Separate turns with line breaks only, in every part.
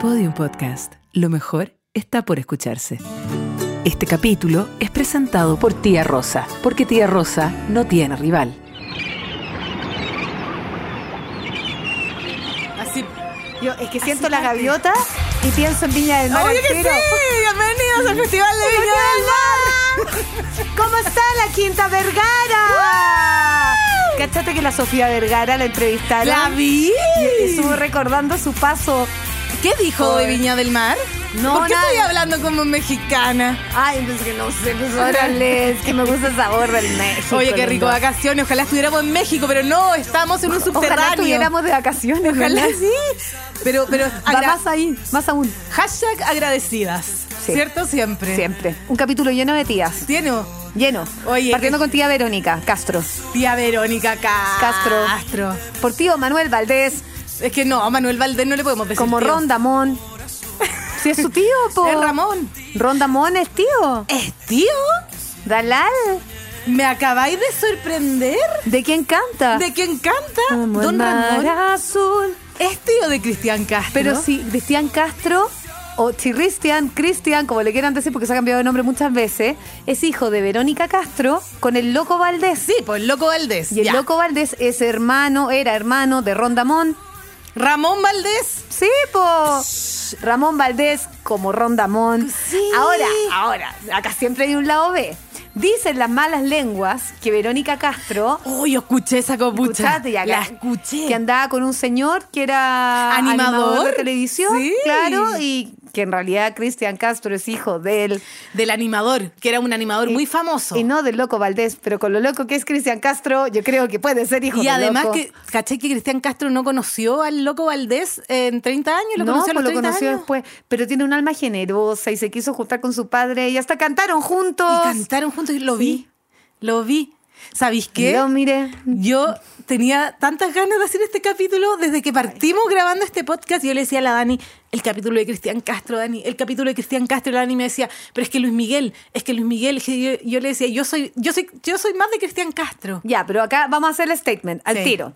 Podium Podcast. Lo mejor está por escucharse. Este capítulo es presentado por Tía Rosa, porque Tía Rosa no tiene rival.
Así.
Yo es que siento la gaviota y pienso en Viña del Mar.
¡Oye que sí!
entero.
¡Bienvenidos al Festival de Viña del Mar!
¿Cómo está la Quinta Vergara? Cachate que la Sofía Vergara la entrevistaron.
¡La vi!
Y estuvo recordando su paso.
¿Qué dijo de Viña del Mar?
No,
¿Por qué
nada.
estoy hablando como mexicana?
Ay, pues que no sé, pues órale, es que me gusta el sabor del México.
Oye, qué rico
lindo.
vacaciones. Ojalá estuviéramos en México, pero no, estamos en un subterráneo.
Ojalá tuviéramos de vacaciones.
Ojalá
¿verdad?
sí. Pero, pero
Va
agra-
más ahí, más aún.
hashtag agradecidas.
Sí.
¿Cierto? Siempre.
Siempre. Un capítulo lleno de tías.
Tiene
Lleno.
Oye,
Partiendo
que-
con tía Verónica Castro.
tía Verónica Castro.
Castro. Por tío Manuel Valdés.
Es que no, a Manuel Valdés no le podemos decir.
Como
tío.
Rondamón. Si es su tío, po.
Es Ramón.
Rondamón es tío.
¿Es tío?
Dalal.
¿Me acabáis de sorprender?
¿De quién canta?
¿De quién canta?
Como el
Don
mar
Ramón.
azul.
Es tío de Cristian Castro.
Pero si Cristian Castro o Chirristian, Cristian, como le quieran decir porque se ha cambiado de nombre muchas veces, es hijo de Verónica Castro con el Loco Valdés.
Sí, pues Loco Valdés.
Y el
ya.
Loco Valdés es hermano, era hermano de Rondamón.
Ramón Valdés.
Sí, po. Ramón Valdés como Rondamón.
Sí.
Ahora,
ah,
ahora, acá siempre hay un lado B. Dicen las malas lenguas que Verónica Castro.
Uy, yo escuché esa copucha.
Escuchaste ya,
La
que-
escuché.
Que andaba con un señor que era
Animador.
de televisión,
Sí.
claro, y que en realidad Cristian Castro es hijo de él.
Del animador, que era un animador muy famoso.
Eh, Y no del loco Valdés, pero con lo loco que es Cristian Castro, yo creo que puede ser hijo
Y
de
además
loco.
que, ¿caché que Cristian Castro no conoció al Loco Valdés en 30 años? ¿Lo
no,
conoció a los
pues lo
30
conoció
años?
después, pero tiene un alma generosa y se quiso juntar con su padre y hasta cantaron juntos.
Y cantaron juntos y lo vi. Lo vi. ¿Sabéis qué?
Yo, mire,
Yo tenía tantas ganas de hacer este capítulo desde que partimos grabando este podcast. Yo le decía a la Dani, el capítulo de Cristian Castro, Dani, el capítulo de Cristian Castro. Y La Dani me decía, pero es que Luis Miguel, es que Luis Miguel. Y Yo, yo le decía, yo soy, yo soy, yo soy más de Cristian Castro.
ya, pero acá vamos a hacer el statement, al
Sí.
tiro.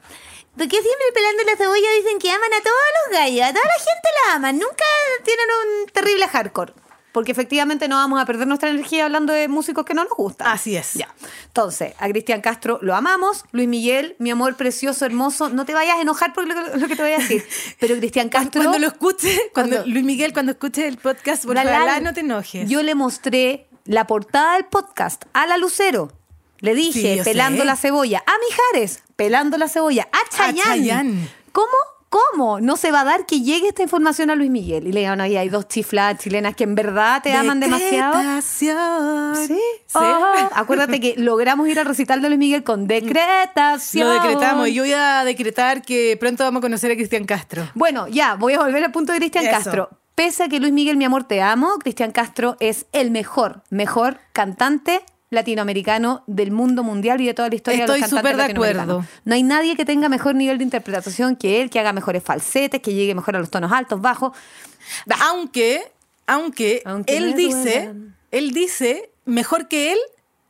¿Por qué siempre pelando la cebolla dicen que aman a todos los gallos? A toda la gente la aman. Nunca
Tienen un terrible hardcore, porque efectivamente no vamos a perder nuestra energía hablando de músicos que no nos gustan.
Así es.
Ya. Entonces, a Cristian Castro lo amamos. Luis Miguel, mi amor precioso, hermoso. No te vayas a enojar por lo, lo que te voy a decir. Pero Cristian Castro.
Cuando lo escuche, cuando,
Cuando-
Luis Miguel, cuando escuche el podcast, por
Dalal,
favor, no te enojes.
Yo le mostré la portada del podcast a la Lucero. Le
Sí,
dije,
yo
pelando
sé.
la cebolla. A Mijares, pelando la cebolla. A Chayanne.
Chayanne.
¿Cómo? ¿Cómo? No se va a dar que llegue esta información a Luis Miguel. Y le digan, ahí hay dos chifladas chilenas que en verdad te aman demasiado.
Decretación.
Sí. Oh, acuérdate que logramos ir al recital de Luis Miguel con decretación.
Mm. Lo decretamos. Yo voy a decretar que pronto vamos a conocer a Cristian Castro.
Bueno, ya, voy a volver al punto de Cristian
Eso.
Castro. Pese a que Luis Miguel, mi amor, te amo, Cristian Castro es el mejor, mejor cantante latinoamericano del mundo mundial y de toda la historia de
Estoy
los cantantes
súper de
latinoamericanos.
acuerdo.
No hay nadie que tenga mejor nivel de interpretación que él, que haga mejores falsetes, que llegue mejor a los tonos altos, bajos.
Aunque, aunque,
Aunque
él
me
dice,
duelan.
él dice, mejor que él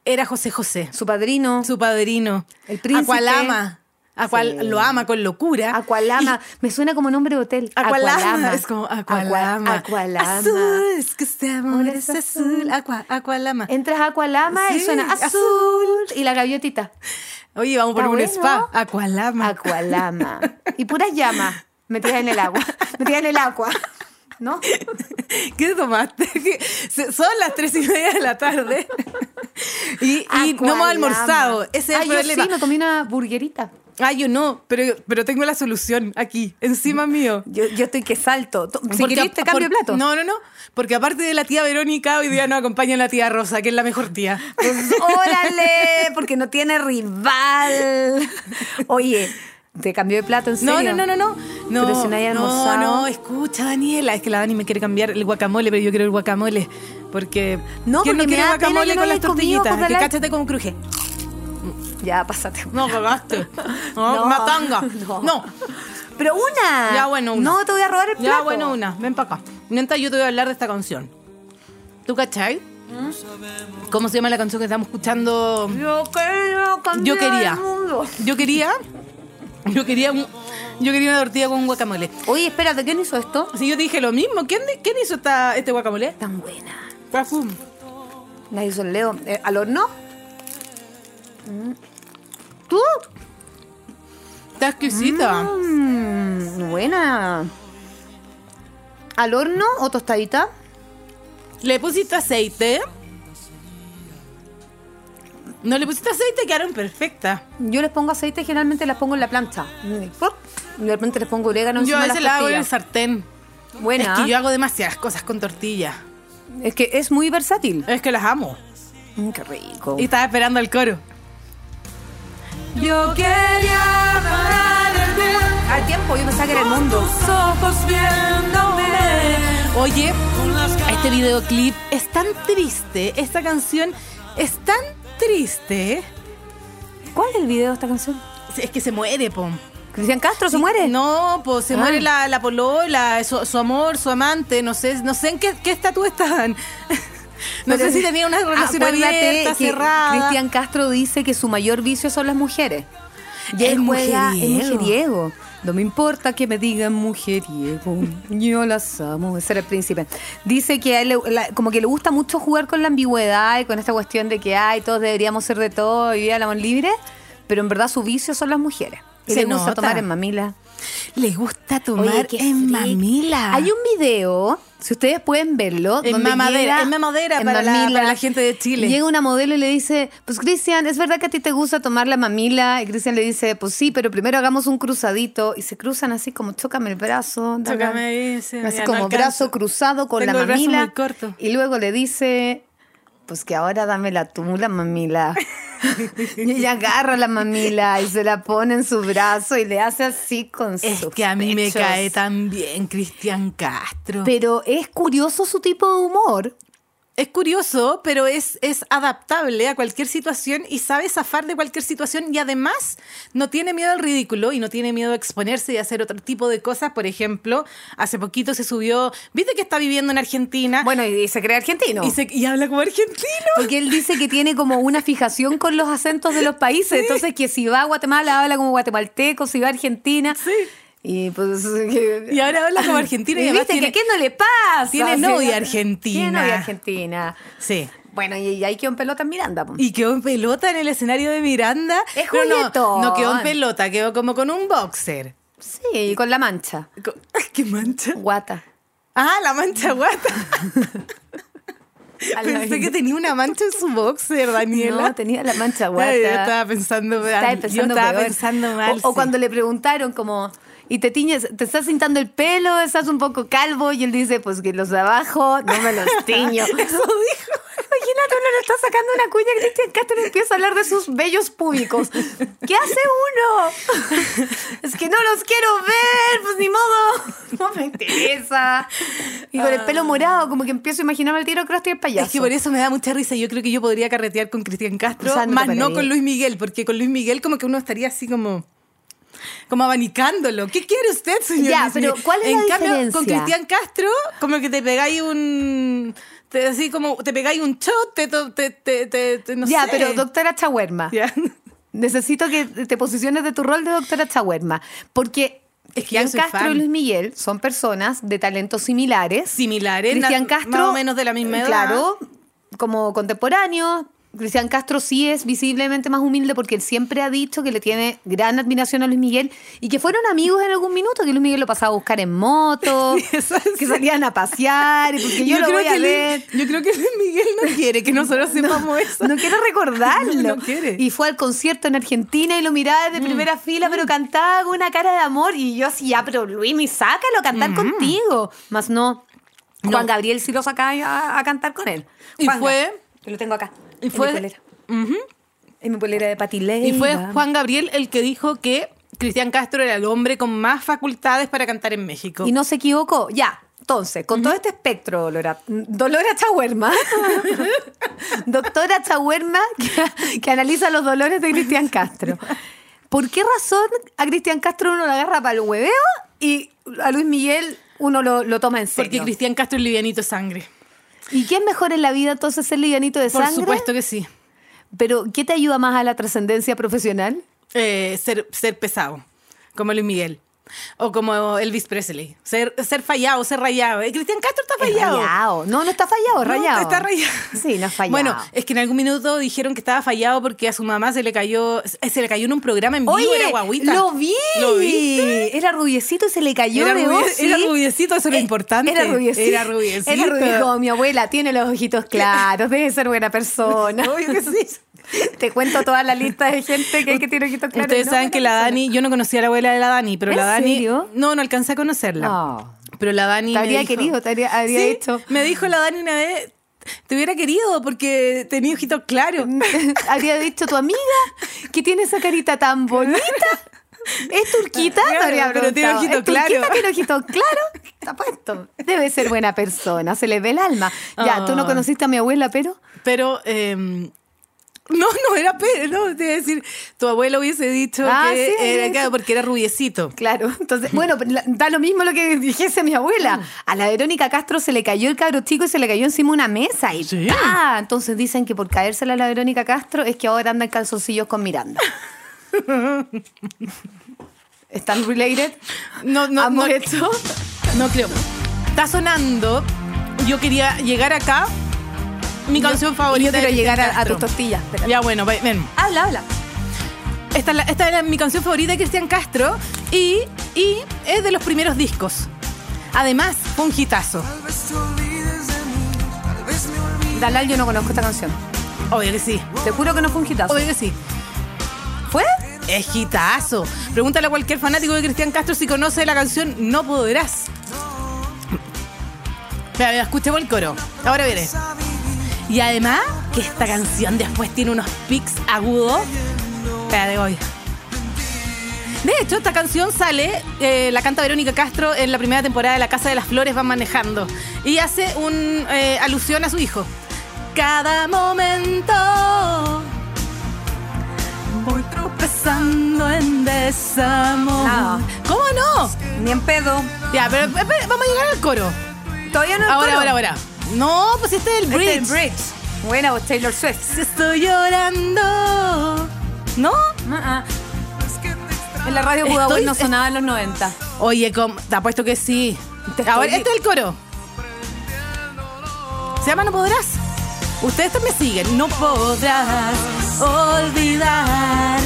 era José José,
Su padrino,
su padrino.
El príncipe.
A cual ama, a cual
Sí.
lo ama con locura.
Aqualama, me suena como nombre de hotel.
Aqualama. Es como Aqualama.
Aqua- Aqualama.
Azul, es que este amor es azul. Aqua- Aqualama.
Entras a Aqualama y
Sí,
suena azul, y la gaviotita.
Oye, vamos por
Está
un
bueno.
spa. Aqualama.
Aqualama. Y puras llamas metidas en el agua. Metidas en el agua. ¿No?
¿Qué te tomaste? ¿Qué? Se- Son las tres y media de la tarde. Y, y no hemos
Aqualama.
almorzado. Ese es
Ah,
el
yo
problema.
sí, me comí una burguerita.
Ah, yo no, pero, pero tengo la solución aquí, encima mío.
Yo, yo estoy que salto. To- Si
Porque
querés, te
ap-
cambio de
por-
plato.
No, no, no. Porque aparte de la tía Verónica, hoy día nos acompaña la tía Rosa, que es la mejor tía.
Pues, órale, porque no tiene rival. Oye, te cambió de plato, en
No,
serio.
no, no, no, no. No,
Pero si no hay
no,
almorzado.
no, escucha, Daniela. Es que la Dani me quiere cambiar el guacamole, pero yo quiero el guacamole. Porque.
No,
¿quién
porque me
quiere
da pena
guacamole
que no
con las
hayas comido, pues,
tortillitas. que
Jordalán.
cáchate como cruje.
Ya, pásate.
No, cagaste. No,
No,
matanga. No.
no. Pero una.
Ya, bueno, una.
No, te voy a robar el plato.
Ya, bueno, una. Ven para acá. Mientras yo te voy a hablar de esta canción. ¿Tú cachai?
¿Mm?
¿Cómo se llama la canción que estamos escuchando?
Yo quería cambiar
Yo quería.
el mundo.
Yo quería. Yo quería un- Yo quería una tortilla con guacamole.
Oye, espérate, ¿quién hizo esto?
Si yo te dije lo mismo, ¿quién, di- quién hizo esta, este guacamole?
Tan buena.
Guafum.
La hizo el Leo. Eh, ¿Al horno? Mm. ¿Tú?
Está exquisita.
Mm, buena. ¿Al horno o tostadita?
Le pusiste aceite. No le pusiste aceite, quedaron perfectas.
Yo les pongo aceite, generalmente las pongo en la plancha. Mm, ¡pop! Y de repente les pongo orégano
yo
encima
a
de las
veces la hago en el
tortillas.
sartén.
Buena. ¿eh?
Es que yo hago demasiadas cosas con tortilla.
es que es muy versátil.
Es que las amo.
Mm, qué rico.
Y estaba esperando el coro.
Yo quería Al tiempo, yo pensaba que era el mundo.
Oye, este videoclip es tan triste. Esta canción es tan triste.
¿Cuál es el video de esta canción?
Es que se muere, pom.
¿Cristian Castro se muere?
No, pues se
Ah.
muere la, la polola, su, su amor, su amante, no sé, no sé en qué, qué estatus estaban. No
Pero-
sé si tenía una relación
Acuérdate
abierta,
Ah, que
cerrada.
Cristian Castro dice que su mayor vicio son las mujeres. Y
Es
él juega-
mujeriego.
es mujeriego. No me importa que me digan mujeriego. Yo las amo. Ese era el príncipe. Dice que a él le- la- como que le gusta mucho jugar con la ambigüedad y con esta cuestión de que ay, todos deberíamos ser de todo y vivir al amor libre. Pero en verdad su vicio son las mujeres. Y
Se
le gusta
nota.
tomar en mamila.
Le gusta
Oye,
tomar
qué
en
freak.
mamila.
Hay un video, si ustedes pueden verlo,
En
donde
mamadera,
llega-
en mamadera para la- para la gente de Chile.
Llega una modelo y le dice, pues Cristian, ¿es verdad que a ti te gusta tomar la mamila? Y Cristian le dice, pues sí, pero primero hagamos un cruzadito. Y se cruzan así como, chócame el brazo. dame-
Chócame ahí, sí,
Así
ya no
como
alcanzo.
brazo cruzado con
Tengo
la
el brazo
mamila.
muy corto.
Y luego le dice, pues que ahora dámela tú, la mamila. y ella agarra la mamila y se la pone en su brazo y le hace así con
Es
sus
que a mí me
pechos.
cae tan bien Cristian Castro.
Pero es curioso su tipo de humor.
es curioso, pero es, es adaptable a cualquier situación y sabe zafar de cualquier situación y además no tiene miedo al ridículo y no tiene miedo a exponerse y a hacer otro tipo de cosas. Por ejemplo, hace poquito se subió, viste que está viviendo en Argentina
Bueno, y se cree argentino.
Ah. y, se, y habla como argentino.
porque él dice que tiene como una fijación con los acentos de los países. Entonces, que si va a Guatemala, habla como guatemalteco, si va a Argentina. Sí. Y pues. que-
Y ahora habla como argentino y
Y
además
viste
tiene-
que qué no le pasa.
tiene
Sí,
novia
no-
argentina.
Tiene novia argentina.
Sí.
Bueno, y, y ahí quedó en pelota en Miranda. po.
Y quedó en pelota en el escenario de Miranda.
Es
Pero no,
juguetón.
no quedó en pelota, quedó como con un boxer.
Sí, con la mancha.
Co- ¡Qué mancha!
Guata.
Ah, la mancha guata.
A la-
Pensé que tenía una mancha en su boxer, Daniela.
No, tenía la mancha
Ay, Yo
guata.
estaba pensando mal.
Estaba pensando
yo estaba
peor.
pensando mal.
O, o
sí.
cuando le preguntaron como, ¿y te tiñes, te estás cintando el pelo, estás un poco calvo? Y él dice, pues que los de abajo no me los tiño. Eso dijo. Imagínate, uno le está sacando una cuña a Cristian Castro y empieza a hablar de sus bellos públicos. ¿Qué hace uno? Es que no los quiero ver, pues ni modo. No me interesa. Y con el pelo morado, como que empiezo a imaginarme el tiro Krusty el payaso.
Ah. Es que por eso me da mucha risa. Yo creo que yo podría carretear con Cristian Castro,
O sea, no te
más no
pararía.
con Luis Miguel, porque con Luis Miguel como que uno estaría así como como abanicándolo. ¿Qué quiere usted, señor?
Ya,
Luis
pero
Miguel?
¿cuál es
en
la
cambio, con
diferencia?
Cristian Castro como que te pegáis un te- así como te pegáis un shot, te, to- te, te, te- te- no
ya,
sé.
pero doctora Chahuerma.
Ya.
Necesito que te posiciones de tu rol de doctora Chahuerma, porque
Es que
Cristian
yo soy
Castro
fan.
y Luis Miguel son personas de talentos similares.
Similares,
Cristian
na-
Castro. eh,
más o menos de la misma edad.
Claro, como contemporáneo. Cristian Castro sí es visiblemente más humilde porque él siempre ha dicho que le tiene gran admiración a Luis Miguel y que fueron amigos en algún minuto, que Luis Miguel lo pasaba a buscar en moto,
Eso es-
que salían a pasear, y porque yo, lo voy a
que
ver.
Luis, yo creo que Luis Miguel no quiere que nosotros sepamos eso.
No quiero recordarlo.
No quiere. Mm,
Y fue al concierto en Argentina y lo miraba de primera fila, pero cantaba con una cara de amor. Y yo así, ya, pero Luis, me sácalo a
Mm.
cantar contigo. Más no, Juan Gabriel sí lo sacaba a, a cantar con él.
Y
Juanga,
fue-
que lo tengo acá.
y
en
fue-
Mi polera. En mi polera de patilé.
Y fue Juan Gabriel el que dijo que Cristian Castro era el hombre con más facultades para cantar en México.
Y no se equivocó. Ya. Entonces, con todo este espectro, Dolora, Dolora Chahuerma, doctora Chahuerma, que, que analiza los dolores de Cristian Castro. ¿Por qué razón a Cristian Castro uno lo agarra para el hueveo y a Luis Miguel uno lo, lo toma en
porque
serio?
Cristian Castro es livianito de sangre.
¿Y qué es mejor en la vida entonces ser livianito de
Por
sangre?
supuesto que sí.
Pero, ¿qué te ayuda más a la trascendencia profesional?
Eh, ser, ser pesado, como Luis Miguel. O como Elvis Presley. Ser, ser fallado, ser rayado. Eh, Cristian Castro está fallado.
Rayado. No, no está fallado,
No,
rayado.
está rayado.
Sí, no es fallado.
Bueno, es que en algún minuto dijeron que estaba fallado porque a su mamá se le cayó, eh, se le cayó en un programa en vivo,
Oye,
era guaguita.
lo vi.
¿Lo viste?
Era rubiecito y se le cayó
Era,
de
rubie-
ojo, sí.
era rubiecito, eso era
Eh,
importante.
Era rubiecito.
Era rubiecito.
Era rubio, como mi abuela, tiene los ojitos claros, debe ser buena persona.
Obvio que sí.
Te cuento toda la lista de gente que, que tiene ojitos claros.
Ustedes
No, buena
saben que la
persona.
Dani, yo no conocía a la abuela de la Dani, pero
¿En
la Dani.
serio?
No, no alcancé a conocerla.
No.
Pero la Dani.
Te
me
habría
dijo-
querido, te habría, habría
Sí,
hecho.
Me dijo la Dani una vez, te hubiera querido porque tenía ojitos claros.
habría dicho tu amiga que tiene esa carita tan bonita. ¿Es turquita?
Ah, Claro,
Te habría
pero tiene
preguntado.
ojito
¿Es turquita?
claro.
¿Tiene ojito claro? Está puesto. Debe ser buena persona, se le ve el alma. Ya, tú no
Ah.
conociste a mi abuela, pero...
Pero. eh, no, no, era pe- no, te iba a decir, tu abuela hubiese dicho
Ah,
que
sí, habría
era
dicho.
claro, porque era rubiecito.
Claro, entonces, bueno, pero la- da lo mismo lo que dijese mi abuela. A la Verónica Castro se le cayó el cabro chico y se le cayó encima una mesa y
Sí.
¡pa! Entonces dicen que por caérsela a la Verónica Castro es que ahora anda en calzoncillos con Miranda. ¿Están related?
No, no,
¿Ambos
no,
hechos?
no creo. Está sonando. Yo quería llegar acá. Mi canción favorita.
Yo
de
quiero
Cristian
llegar a, a
Castro.
tus tortillas. espera.
Ya bueno, ve- ven.
Habla, habla.
Esta, es la- esta era mi canción favorita de Cristian Castro y, y es de los primeros discos. Además, fue un hitazo.
Dalal, yo no conozco esta canción.
Obvio que sí.
Te juro que no fue un hitazo.
Obvio que sí.
¿Fue?
Es hitazo. Pregúntale a cualquier fanático de Cristian Castro si conoce la canción No Podrás. Mira, mira, escuchemos el coro. Ahora viene. Y además, que esta canción después tiene unos pics agudos. Espera, de hoy. De hecho, esta canción sale, eh, la canta Verónica Castro en la primera temporada de La Casa de las Flores van manejando. Y hace un eh, alusión a su hijo. Cada momento voy tropezando en desamor.
Nada.
¿Cómo no?
Ni en pedo.
Ya, pero espera, vamos a llegar al coro.
Todavía no. el
Ahora,
coro.
ahora, ahora. No, pues este es el bridge.
Este es el bridge. Buena, vos, Taylor Swift.
Si estoy llorando. ¿No?
Ah, ah. En la radio
Estoy-
Pudahuel no sonaba en los 90.
Oye, com- te apuesto que sí.
Te
Ahora,
estoy-
este es el coro. Se llama No Podrás. Ustedes también siguen. No podrás olvidar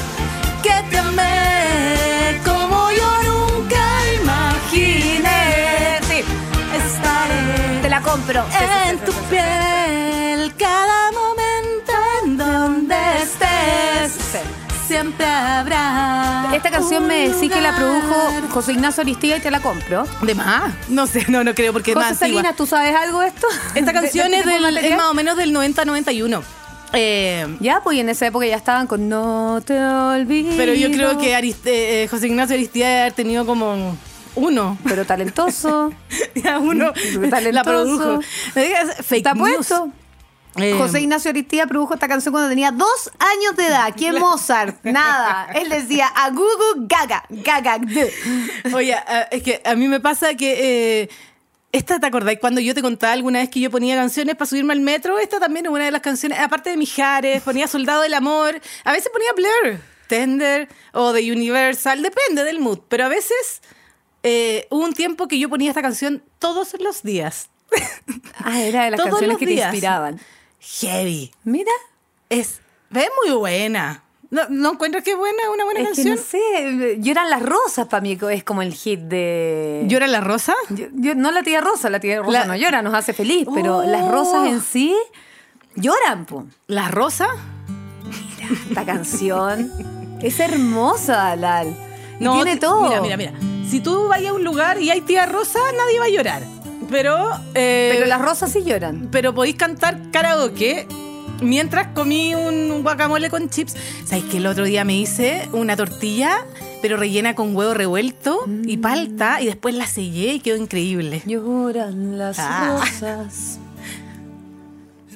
que te amé como yo nunca imaginé.
Sí,
Estaré
te la compro.
en tu piel cada momento en donde estés. Siempre habrá.
Esta canción
un
me decís que la
lugar.
produjo José Ignacio Aristiga y te la compro.
¿De más? No sé, no, no creo porque es
José
más antigua.
Salinas, ¿tú sabes algo de esto?
Esta canción
¿De- de
es,
este tipo
del-
de
es
material?
más o menos del 90-91. Eh,
Ya, pues y en esa época ya estaban con No te olvido.
pero yo creo que Arist- eh, eh, José Ignacio Aristía debe haber tenido como uno.
Pero talentoso.
Ya, uno la
Talentoso.
produjo. Me digas, Fake
¿Está
news.
puesto?
Eh,
José Ignacio Aristía produjo esta canción cuando tenía dos años de edad. ¿Quién Mozart? Nada. Él decía a Gugu Gaga, Gaga. de".
Oye, a- es que a mí me pasa que. eh, esta, ¿te acordáis? Cuando yo te contaba alguna vez que yo ponía canciones para subirme al metro, esta también es una de las canciones. Aparte de Mijares, ponía Soldado del Amor. A veces ponía Blur, Tender o The Universal. Depende del mood. Pero a veces eh, hubo un tiempo que yo ponía esta canción todos los días.
Ah, era de las
Todos
canciones
los
que
días.
te inspiraban.
Heavy.
Mira,
Es, es muy buena. ¿No, ¿no encuentras que es buena una buena
es que
canción?
no sé, lloran las rosas para mí, es como el hit de...
¿Llora la rosa?
Yo- yo- no la tía Rosa, la tía Rosa
La-
no llora, nos hace feliz, pero las
Oh.
rosas en sí lloran, po.
¿La rosa?
Esta canción es hermosa, Lal. Y tiene
si-
todo.
Mira, mira, mira. Si tú vas a un lugar y hay tía rosa, nadie va a llorar. Pero. eh,
Pero las rosas sí lloran.
pero podéis cantar karaoke mientras comí un guacamole con chips. ¿Sabéis que el otro día me hice una tortilla, pero rellena con huevo revuelto y palta, y después la sellé y quedó increíble.
Lloran las
Ah.
rosas.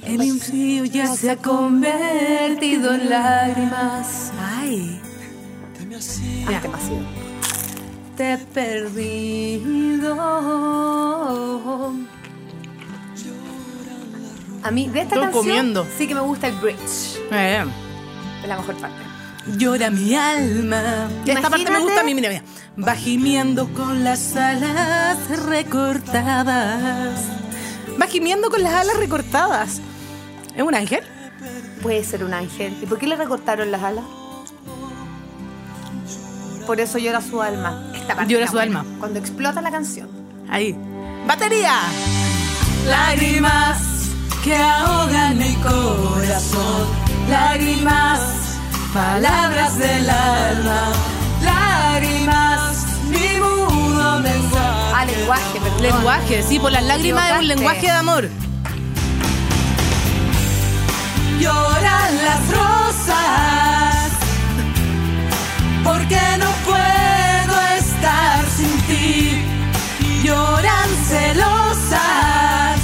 El infrío ya se ha convertido en lágrimas. Ay.
Ah, demasiado.
Te he perdido.
A mí, de esta
Estoy
canción,
comiendo.
sí que me gusta el bridge.
Eh,
Es la mejor parte.
llora mi alma. Esta parte me
Imagínate.
gusta a mí, mira, mira. Va gimiendo con las alas recortadas. Va gimiendo con las alas recortadas. ¿Es un ángel?
Puede ser un ángel. ¿Y por qué le recortaron las alas? Por eso llora su alma. Esta parte
Llora
está
su
buena.
alma.
Cuando explota la canción.
Ahí. ¡Batería! Lágrimas que ahogan mi corazón. Lágrimas, palabras del alma. Lágrimas, mi mudo mensaje.
Ah, lenguaje, perdón.
Lenguaje, sí, por las lágrimas es un
Equivocaste.
lenguaje de amor. Lloran las rosas, porque no puedo estar sin ti. Lloran celosas,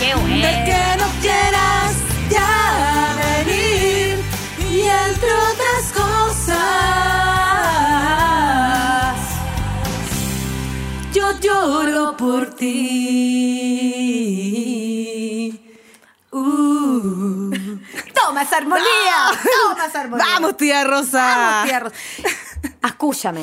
Qué
de
bueno.
que no quieras ya venir. Y entre otras cosas, yo lloro por ti. Uh.
Toma esa armonía. Toma esa armonía.
Vamos, tía Rosa.
Vamos, tía Rosa. Escúchame.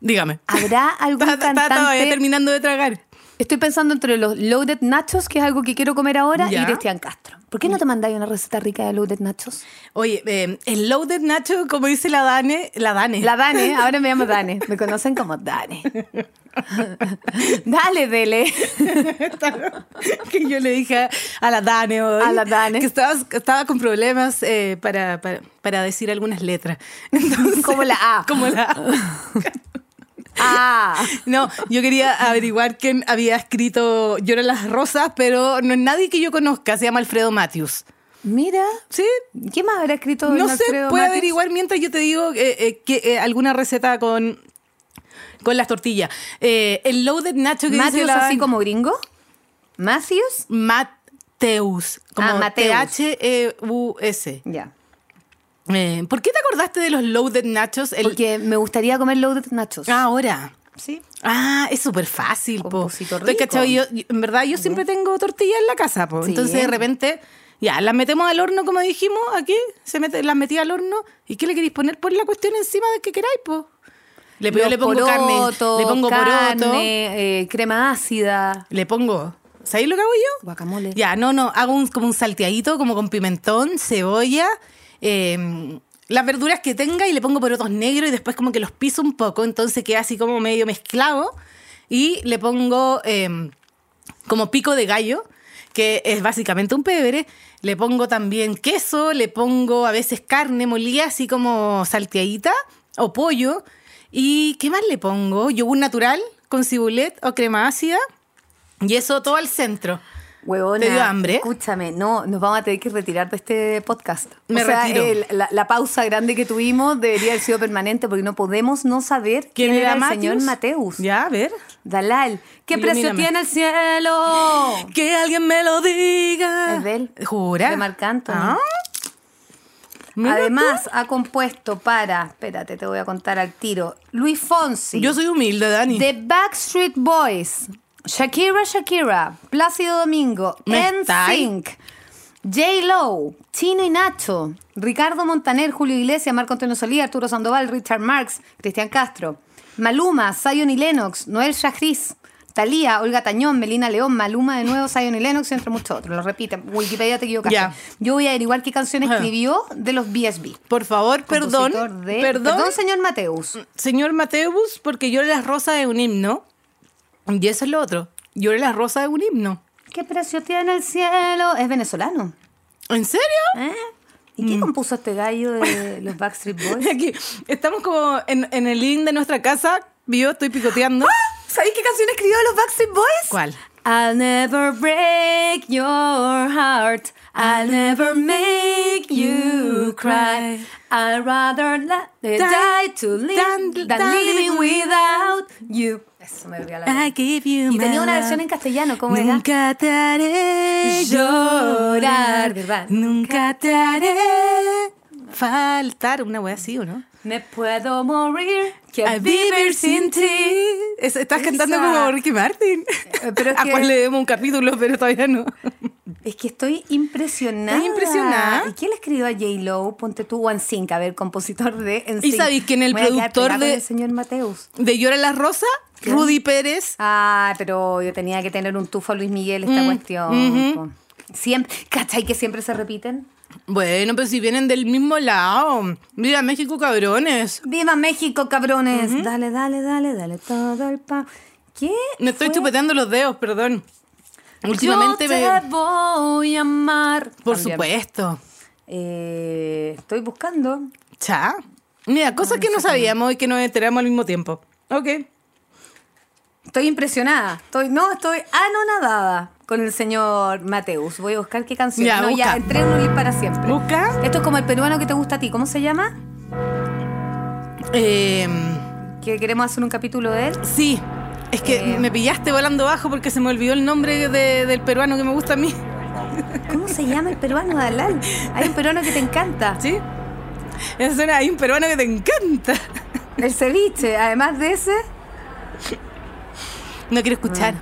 Dígame.
¿Habrá algún
Está- está todavía
cantante?
terminando de tragar.
Estoy pensando entre los loaded nachos, que es algo que quiero comer ahora,
Ya.
y Cristian Castro. ¿Por qué no te mandáis una receta rica de loaded nachos?
Oye, eh, el loaded nacho, como dice la Dane, la Dane.
La Dane, ahora me llamo Dane. Me conocen como Dane. Dale, Dele.
que yo le dije a- a la Dane hoy.
A la Dane.
Que estaba, estaba con problemas eh, para, para, para decir algunas letras. Entonces-
Como la A.
Como la A.
Ah.
No, yo quería averiguar quién había escrito Lloran las rosas, pero no es nadie que yo conozca. Se llama Alfredo Matthews.
Mira.
¿Sí?
¿Qué más habrá escrito
No
don
sé,
Alfredo
puede
Matis?
averiguar mientras yo te digo eh, eh, que, eh, alguna receta con, con las tortillas. Eh, el loaded nacho que dice
¿Matthews
la-
así como gringo? ¿Matthews?
Mateus, como
Ah, Mateus.
T-H-E-U-S.
Ya.
Eh, ¿Por qué te acordaste de los loaded nachos? El-
Porque me gustaría comer loaded nachos.
Ah, ahora.
sí.
Ah, es súper fácil, po.
Composito
Estoy
rico.
cachado, yo- yo- en verdad, yo siempre tengo tortillas en la casa, po.
Sí.
Entonces, de repente, ya, las metemos al horno, como dijimos, aquí, se mete, las metí al horno. ¿Y qué le queréis poner? Pon la cuestión encima de que queráis, po. Le, yo
Los
le pongo
porotos,
carne, le pongo poroto,
carne, eh, crema ácida,
le pongo... ¿Sabéis lo que hago yo?
guacamole.
Ya, no, no, hago un- como un salteadito, como con pimentón, cebolla, eh, las verduras que tenga y le pongo porotos negros y después como que los piso un poco, entonces queda así como medio mezclado y le pongo eh, como pico de gallo, que es básicamente un pebre, le pongo también queso, le pongo a veces carne molida así como salteadita o pollo y ¿qué más le pongo? Yogur natural con cibulet o crema ácida y eso todo al centro.
Huevona,
¿Te dio hambre?
Escúchame, no, nos vamos a tener que retirar de este podcast.
Me
o sea,
retiro.
el- la, la pausa grande que tuvimos debería haber sido permanente porque no podemos no saber quién, era, el
Mateus?
señor Mateus.
Ya, a ver.
Dalal, ¿qué precio
Ilumíname.
tiene el cielo?
Que alguien me lo diga.
Es de él.
¿Jura?
De Marc Anthony.
Ah, mira
Además, ha compuesto para, espérate, te voy a contar al tiro, Luis
tú.
Fonsi,
Yo soy humilde, Dani.
The Backstreet Boys, Shakira Shakira, Plácido Domingo,
¿Me estáis?
NSYNC, J. Lo, Chino y Nacho, Ricardo Montaner, Julio Iglesias, Marco Antonio Solí, Arturo Sandoval, Richard Marx, Cristian Castro, Maluma, Zion y Lennox, Noel Shahriz, Talía, Olga Tañón, Melina León, Maluma de nuevo, Zion y Lennox, entre muchos otros. Lo repiten, Wikipedia te equivocaste.
Ya.
Yo voy a averiguar qué canción
Ajá.
escribió de los BSB.
Por favor, perdón.
Compositor de-
Perdón,
Perdón, señor Mateus.
señor Mateus, porque Llora las Rosas es un himno. Y eso es lo otro. Llora las Rosas es un himno.
¿Qué precio tiene el cielo? Es venezolano.
¿En serio?
¿Eh? ¿Y qué compuso este gallo de los Backstreet Boys?
Aquí, estamos como en, en el link de nuestra casa. Yo estoy picoteando.
¿Sabéis qué canción escribió de los Backstreet Boys?
¿Cuál?
I'll never break your heart. I'll never make you cry. I'd rather la- eh, die to live
Tan-
than
tan-
living without you. Eso me olvidó la verdad. Y tenía una versión en castellano, ¿cómo era?
Nunca te haré
llorar,
llorar,
¿verdad?
Nunca te haré faltar. Una wea así, ¿o no?
Me puedo morir que
A vivir sin ti. Es- estás cantando
Esa.
como Ricky Martin. Ah, pues
pero es
a
que-
cual le demos un capítulo, pero todavía no.
Es que estoy impresionada.
¿Estás impresionada?
¿Y quién le escribió a J. Lo? Ponte tú One Sync, a ver, compositor de NSYNC.
¿Y sabéis quién es el
Voy a quedar
productor
pegada con
de-
el señor Mateus.
De Llora la Rosa, Rudy Pérez.
Ah, pero yo tenía que tener un tufo a Luis Miguel
Mm,
esta cuestión. po. Siempre, ¿Cachai que siempre se repiten?
Bueno, pero si vienen del mismo lado. Mira, México, cabrones.
¡Viva México, cabrones! Dale, dale, dale, dale todo el pa... ¿Qué?
Me estoy
fue?
chupeteando los dedos, perdón. Últimamente
Yo
me...
te voy a amar.
Por
También.
supuesto.
Eh, estoy buscando.
Cha. Mira, cosas que no sabíamos y que nos enteramos al mismo tiempo. Ok.
Estoy impresionada. Estoy, no, estoy anonadada con el señor Mateus. Voy a buscar qué canción.
Ya,
no,
busca.
ya, entré en un live para siempre.
Busca.
Esto es como el peruano que te gusta a ti. ¿Cómo se llama?
Eh,
Que queremos hacer un capítulo de él.
sí. Es que
Eh.
me pillaste volando bajo porque se me olvidó el nombre de- del peruano que me gusta a mí.
¿Cómo se llama el peruano, Dalal? Hay un peruano que te encanta.
¿Sí? Esa suena, hay un peruano que te encanta.
El ceviche, además de ese.
No quiero escuchar.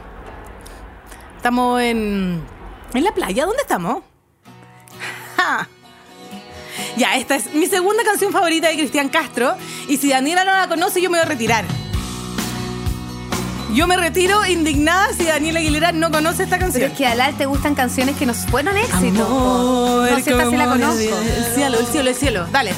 Estamos en. ¿En la playa? ¿Dónde estamos? Ja. Ya, esta es mi segunda canción favorita de Cristian Castro. Y si Daniela no la conoce, yo me voy a retirar. Yo me retiro indignada si Daniela Aguilera no conoce esta
Pero
canción.
es que a Dalal te gustan canciones que nos fueron éxitos. po.
Amor,
no, si esta sí la
como
conozco.
El cielo, el cielo, el cielo. Dale.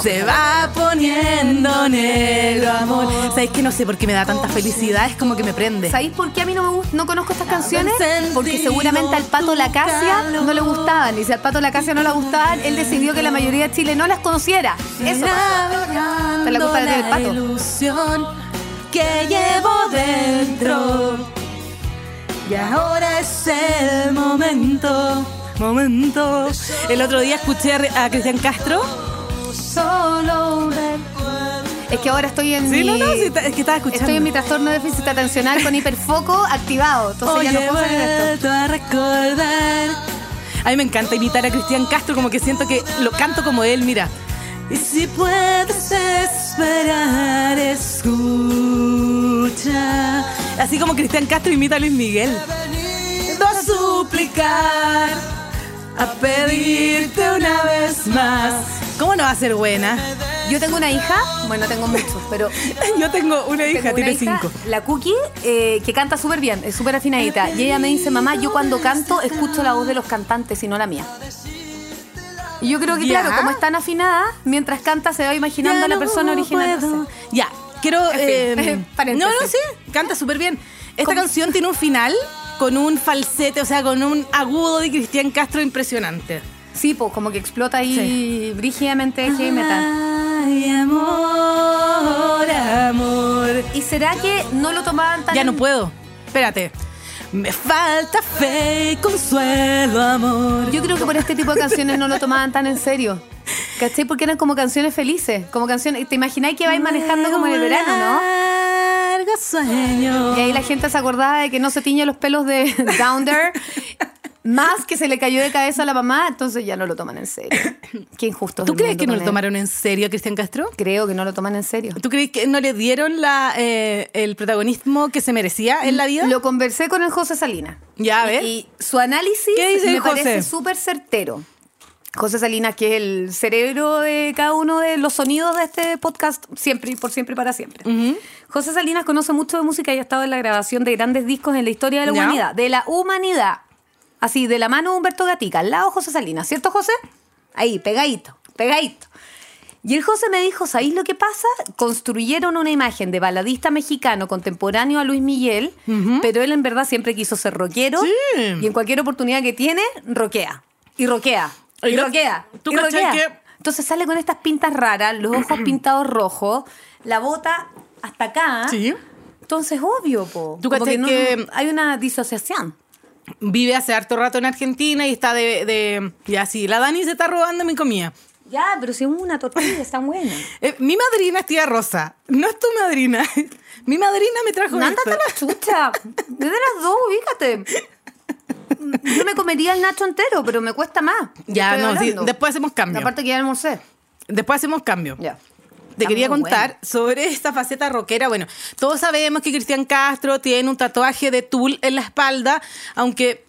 Se va poniendo negro, amor. ¿Sabes que no sé por qué me da tanta felicidad? Es como que me prende.
¿Sabéis por qué a mí no me gust- no conozco estas canciones?
sentido
Porque seguramente al Pato Lacasia
tu calor.
no le gustaban. Y si al Pato Lacasia no le gustaban, él decidió que la mayoría de Chile no las conociera. Eso.
Navegando
Te la gusta la tele del pato.
ilusión que llevo dentro. Y ahora es el momento. Momento. El otro día escuché a Re- a Cristian Castro.
Es que ahora estoy en
Sí,
mi...
no, no, sí, ta- es que estaba escuchando.
Estoy en mi trastorno de déficit atencional con hiperfoco activado. Entonces
Hoy
ya no
he
puedo salir de esto.
vuelto a recordar. A mí me encanta imitar a Cristian Castro, como que siento que lo canto como él, mira. Y si puedes esperar, escucha. Así como Cristian Castro imita a Luis Miguel. Vengo a suplicar, a pedirte una vez más. ¿Cómo no va a ser buena?
Yo tengo una hija, bueno, tengo muchos, pero
Yo tengo una hija,
Tengo
tiene
una hija,
cinco.
La Cookie, eh, que canta súper bien, es súper afinadita. Y ella me dice, mamá, yo cuando canto escucho la voz de los cantantes y no la mía. Y yo creo que,
Ya.
claro, como es tan afinada, mientras canta se va imaginando a la
Ya no
persona original.
puedo. Ya, quiero.
En fin,
eh, no,
paréntesis.
no, sí, canta súper bien. Esta
¿Cómo?
canción tiene un final con un falsete, o sea, con un agudo de Cristian Castro impresionante.
Sí, pues como que explota ahí brígidamente heavy metal.
Ay, amor, amor.
¿Y será que no lo tomaban tan
Ya
en-
no puedo. Espérate. Me falta fe y consuelo, amor.
Yo creo que por este tipo de canciones no lo tomaban tan en serio. ¿Cachai? Porque eran como canciones felices. Como canciones. ¿Te imagináis que vais manejando como en el verano, no?
Largo sueño.
Y ahí la gente se acordaba de que no se tiñe los pelos de Downer, más que se le cayó de cabeza a la mamá, entonces ya no lo toman en serio. Qué injusto.
¿Tú crees que no lo tomaron en serio a Cristian Castro?
Creo que no lo toman en serio.
¿Tú crees que no le dieron la, eh, el protagonismo que se merecía en la vida?
Lo conversé con el José Salinas.
Ya, a ver.
Y su análisis
¿Qué dice el
me
José?
parece súper certero. José Salinas, que es el cerebro de cada uno de los sonidos de este podcast, siempre y por siempre y para siempre. José Salinas conoce mucho de música y ha estado en la grabación de grandes discos en la historia de la
Ya.
humanidad. De la humanidad. Así, de la mano de Humberto Gatica, al lado José Salinas, ¿cierto, José? Ahí, pegadito, pegadito. Y el José me dijo, ¿sabéis lo que pasa? Construyeron una imagen de baladista mexicano contemporáneo a Luis Miguel, pero él en verdad siempre quiso ser rockero
Sí.
y en cualquier oportunidad que tiene, roquea. Y roquea. Y,
Y lo-
roquea.
¿tú
y
cachai
roquea.
que-
Entonces sale con estas pintas raras, los ojos pintados rojos, la bota hasta acá.
Sí.
Entonces, obvio, po.
¿Tú
Como
cachai
no-
que-
hay una disociación.
Vive hace harto rato en Argentina y está de... de ya, sí, la Dani se está robando mi comida.
Ya, pero si es una tortilla, está buena.
Eh, mi madrina es tía Rosa. No es tu madrina. Mi madrina me trajo
Ándate a
esto.
la chucha. Desde las dos, ubícate. Yo me comería el nacho entero, pero me cuesta más.
Ya,
Estoy
no, sí,
hablando.
después hacemos cambio.
Aparte que ya almorcé.
Después hacemos cambio.
Ya.
Te
Está
quería
muy
contar sobre esta faceta rockera. Bueno, todos sabemos que Cristian Castro tiene un tatuaje de tul en la espalda, aunque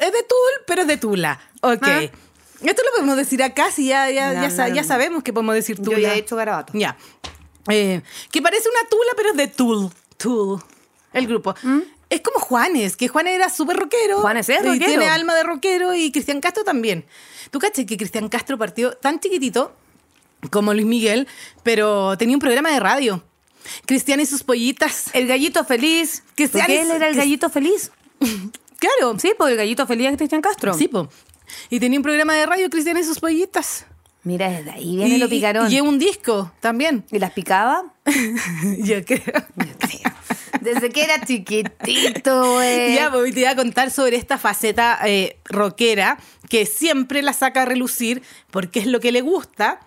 Es de tul, pero es de tula. Ok.
Ah.
Esto lo podemos decir acá, si ya, ya,
No,
ya, sa-
no,
ya
no.
sabemos que podemos decir
Yo
tula.
ya he hecho garabato.
Ya. Eh, que parece una tula, pero es de Tool. Tool. El grupo. Es como Juanes, que Juanes era súper rockero.
¿Mm? Juanes es
y
rockero.
tiene alma de rockero y Cristian Castro también. ¿Tú caché que Cristian Castro partió tan chiquitito como Luis Miguel, pero tenía un programa de radio? Cristian y sus pollitas.
El gallito feliz.
Que sea-
Porque él era el
que-
gallito feliz.
Claro.
Sí, pues el gallito feliz de Cristian Castro.
Sí, po. Y tenía un programa de radio Cristian y sus pollitas.
Mira, desde ahí viene
y,
lo picarón.
Y,
Y,
y un disco también.
las picaba.
Yo creo.
Desde que era chiquitito, eh. güey.
Ya, pues, hoy te voy a contar sobre esta faceta eh, rockera que siempre la saca a relucir porque es lo que le gusta.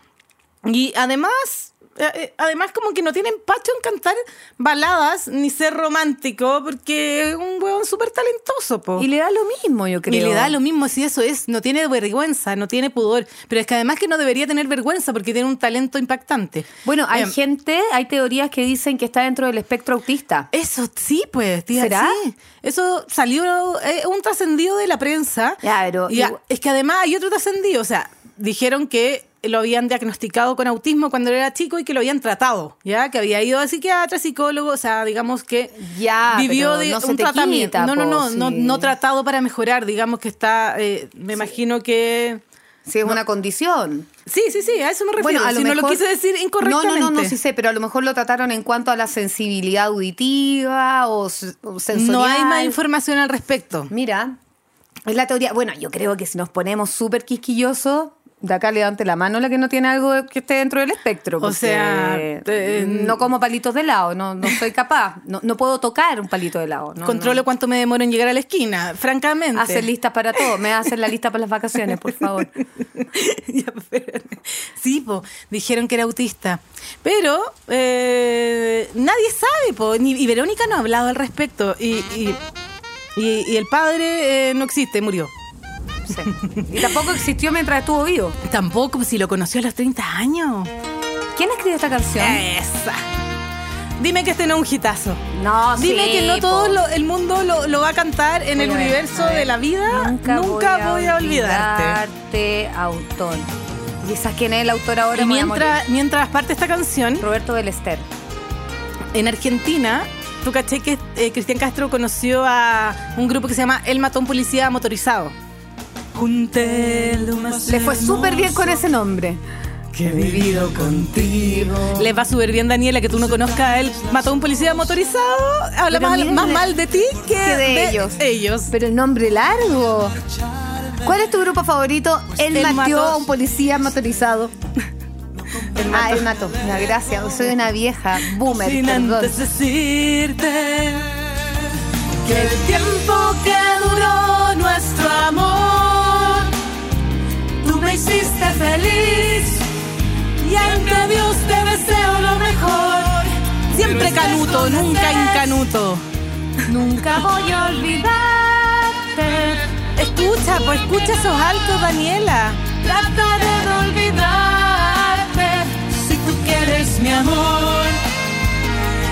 Y además, eh, eh, además como que no tiene empacho en cantar baladas ni ser romántico porque es un huevón súper talentoso, po.
Y le da lo mismo, yo creo.
Y le da lo mismo si eso es, no tiene vergüenza, no tiene pudor. Pero es que además que no debería tener vergüenza porque tiene un talento impactante.
Bueno, hay
Em,
gente, hay teorías que dicen que está dentro del espectro autista.
Eso sí, pues, tía,
¿Será?
sí. Eso salió eh, un trascendido de la prensa.
Ya, pero
Y
igual-
a- es que además hay otro trascendido. O sea, dijeron que lo habían diagnosticado con autismo cuando era chico y que lo habían tratado, ¿ya? Que había ido a psiquiatra, psicólogo, o sea, digamos que
Ya,
vivió
pero
de
no se
un
te
tratamiento.
quita,
no, no,
po,
no, no,
sí.
no tratado para mejorar, digamos que está, eh, me imagino que...
Sí, es una condición.
Sí, sí, sí, a eso me refiero.
Bueno, a lo
si no lo
mejor-
quise decir incorrectamente.
No, no, no, no, sí sé, pero a lo mejor lo trataron en cuanto a la sensibilidad auditiva o, s- o sensorial.
No hay más información al respecto.
Mira, es la teoría. Bueno, yo creo que si nos ponemos súper quisquillosos, de acá levante la mano la que no tiene algo que esté dentro del espectro.
O
porque
sea, te-
no como palitos de helado, no, no soy capaz. No, no puedo tocar un palito de helado. no,
Controlo
no. Ah,
cuánto me demoro en llegar a la esquina, francamente.
Hacer listas para todo. Me vas a hacer la lista para las vacaciones, por favor.
Ya, espérate. sí, po, dijeron que era autista. Pero eh, nadie sabe, po, ni- y Verónica no ha hablado al respecto. Y, y- y- y el padre eh, no existe, murió.
Sí. Y tampoco existió mientras estuvo vivo.
Tampoco, pues, si lo conoció a los 30 años.
¿Quién escribió esta canción?
Esa. Dime que este no es un hitazo.
No,
Dime
sí,
que no
po.
todo lo- el mundo lo, lo va a cantar en
Voy
el
a ver,
universo
a ver.
de la vida. Nunca, voy, a olvidarte.
olvidarte, autor. ¿Y sabes quién es el autor ahora?
Y
Me voy a
mientras, mientras parte esta canción,
morir. Roberto Belester.
en Argentina, tú caché que eh, Cristian Castro conoció a un grupo que se llama El Matón Policía Motorizado.
Le fue súper bien con ese nombre.
Les va súper bien, Daniela, que tú no conozcas El Matón Policía Motorizado. Habla
Pero
más,
miren
más
de-
mal de ti que,
que de ellos.
ellos.
Pero el nombre largo. ¿Cuál es tu grupo favorito? Él
Él
mató,
mató.
a un policía motorizado. Ah, él mató. No, gracias. Soy una vieja boomer.
Sin
perdón.
antes decirte que el tiempo que duró nuestro amor, tú me hiciste feliz y ante Dios te deseo lo mejor. Siempre canuto, nunca incanuto.
Nunca voy a olvidarte.
Escucha, pues escucha esos altos, Daniela.
Trataré de olvidarte.
Si tú quieres mi amor.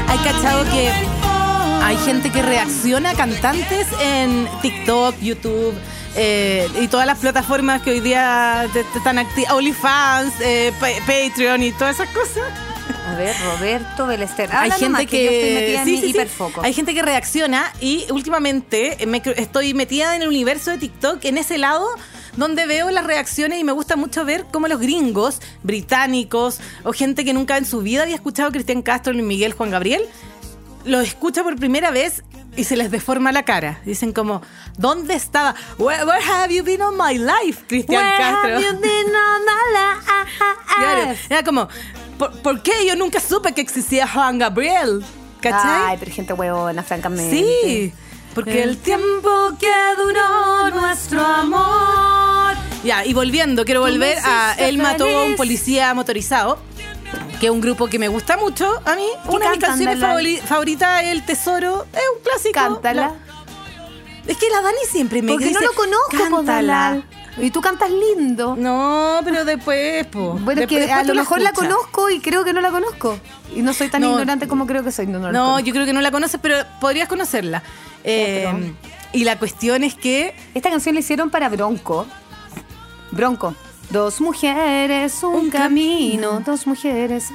Hay cachado que hay gente que reacciona a cantantes en TikTok, YouTube eh, y todas las plataformas que hoy día te- te están activas, OnlyFans, eh, pa- Patreon y todas esas cosas.
A ver, Roberto Belester. Habla
hay gente
nomás, que, yo estoy metida en
sí,
mi
sí, sí.
hiperfoco.
Hay gente que reacciona y últimamente eh, me cre- estoy metida en el universo de TikTok, en ese lado donde veo las reacciones y me gusta mucho ver cómo los gringos, británicos o gente que nunca en su vida había escuchado a Cristian Castro, Luis Miguel, Juan Gabriel, lo escucha por primera vez y se les deforma la cara. Dicen como, ¿dónde estaba? Where, where have you been all my life, Cristian
Where
Castro?
have you been all my
Claro,
life?
era como, ¿por, por qué yo nunca supe que existía Juan Gabriel? ¿Cachai?
Ay, pero gente huevona, francamente.
Sí, porque el tiempo que duró nuestro amor. Ya, y volviendo, quiero volver a
hiciste
Él mató a un
feliz.
policía motorizado, que es un grupo que me gusta mucho a mí.
¿Qué
Una de mis
cantan,
canciones
Dalal?
favori- favoritas, El Tesoro, es un clásico.
Cántala.
La- es que la Dani siempre me
Porque
dice,
no lo conozco, pues, po,
cántala.
Dalal. Y tú cantas lindo.
No, pero después, po.
Bueno, es
Mm. Después-
que a
después
lo
tú
mejor la
escuchas.
conozco y creo que no la conozco. Y no soy tan
No.
ignorante como creo que soy. No, no la
No,
conozco.
yo creo que no la conoces, pero podrías conocerla. Eh,
pero-
Y la cuestión es que
Esta canción la hicieron para Bronco. Bronco. Dos mujeres, un,
Un
camino.
camino.
Dos mujeres.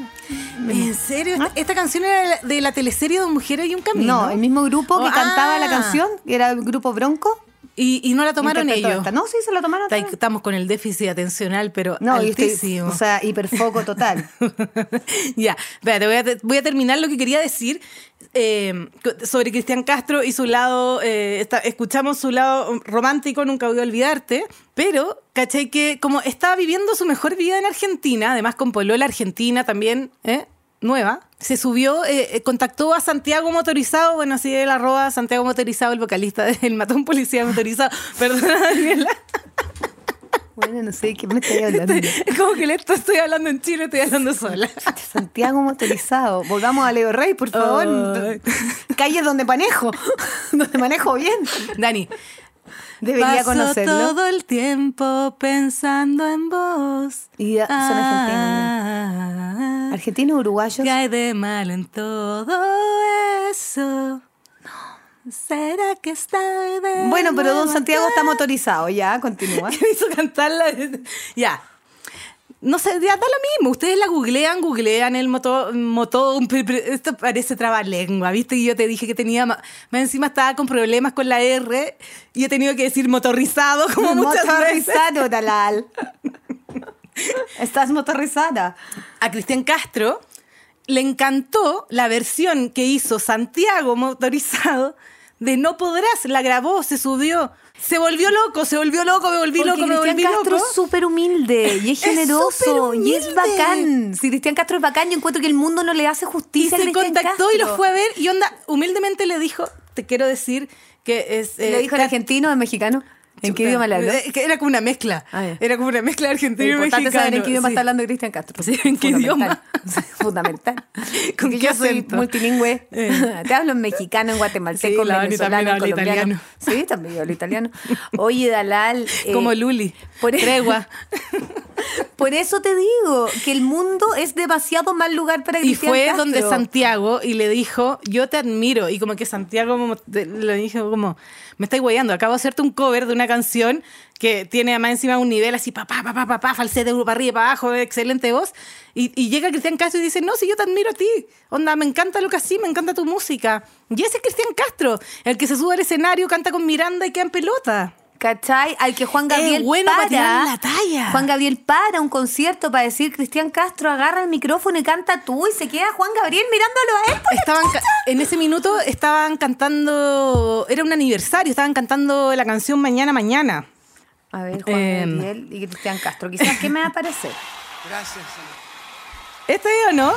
¿En serio? Esta, esta canción era de la, de la teleserie Dos Mujeres y un Camino.
¿Ah? No, el mismo grupo que
Oh,
cantaba la
ah.
canción, era el grupo Bronco.
Y, y no la tomaron
interpretó
ellos.
esta. No, sí, se la tomaron.
Ta-
todos.
Estamos con el déficit atencional, pero
No, yo estoy-
altísimo.
o sea, hiperfoco total.
ya, espérate, voy a, te- voy a terminar lo que quería decir eh, co- sobre Cristian Castro y su lado, eh, está- escuchamos su lado romántico, nunca voy a olvidarte, pero caché que como estaba viviendo su mejor vida en Argentina, además con Polola Argentina también, ¿eh? nueva, se subió, eh, eh, contactó a Santiago Motorizado, bueno, así el arroba Santiago Motorizado, el vocalista del Matón Policía Motorizado, perdón, Daniela.
bueno, no sé de qué me estoy hablando.
Como que le esto estoy hablando en Chile, estoy hablando sola.
Este Santiago motorizado. Volvamos a Leo Rey, por favor.
Ay.
Calles donde manejo. donde manejo bien.
Dani,
Debería
Paso
conocerlo.
todo el tiempo pensando en vos.
Y ya, son
ah,
Argentinos, uruguayos.
¿Qué hay de malo en todo eso? ¿Será que está de
Bueno, pero don
nuevo
Santiago
acá?
está motorizado. Ya, continúa.
que me hizo cantarla. Ya. No sé, ya da lo mismo. Ustedes la googlean, googlean el motor. esto parece trabalengua, ¿viste? Y yo te dije que tenía. ma- Más encima estaba con problemas con la R y he tenido que decir motorizado como muchas veces.
motorizado, Dalal. Estás motorizada.
A Cristian Castro le encantó la versión que hizo Santiago motorizado de No Podrás. La grabó, se subió. Se volvió loco, se volvió loco, me volví
Porque
loco, me
Cristian
volví
Castro
loco.
es súper humilde y es generoso
superhumilde.
y es bacán. Si Cristian Castro es bacán, yo encuentro que el mundo no le hace
y
justicia a
se
Cristian
contactó y
Castro.
lo fue a ver y onda humildemente le dijo te quiero decir que es eh,
¿Lo dijo en
ta-
argentino o en mexicano? ¿En qué
chuta,
idioma le habló?
eh, que era como una mezcla
Ah, ya.
era como una mezcla de argentino
Lo
y
importante es
mexicano
saber en qué idioma
sí.
está hablando Cristian Castro.
Sí, ¿en qué
Fundamental.
idioma?
Fundamental.
¿Con
Porque
qué
yo soy
acento?
multilingüe.
Eh.
Te hablo en mexicano, en guatemalteco,
Sí, la
en
Dani
venezolano, en
también habla
colombiano.
italiano.
Sí, también yo hablo italiano. Oye, Dalal. eh,
como Luli
por-
tregua
Por eso te digo que el mundo es demasiado mal lugar para
y
Cristian
fue
Castro.
donde Santiago y le dijo yo te admiro y como que Santiago como te- le dijo como me estáis guayando acabo de hacerte un cover de una canción que tiene además encima un nivel así papá papá papá falsete para arriba para abajo excelente voz y, y llega Cristian Castro y dice no si yo te admiro a ti onda me encanta lo que así me encanta tu música y ese es Cristian Castro el que se sube al escenario canta con Miranda y queda en pelota
¿Cachai? Al que Juan Gabriel
bueno pa'
para.
tirar la talla.
Juan Gabriel para un concierto para decir Cristian Castro agarra el micrófono y canta tú y se queda Juan Gabriel mirándolo a él.
Estaban ca- en ese minuto estaban cantando, era un aniversario, estaban cantando la canción Mañana Mañana.
A ver, Juan
Em.
Gabriel y Cristian Castro. Quizás, ¿qué me va a parecer?
Gracias, señor.
¿Este o no?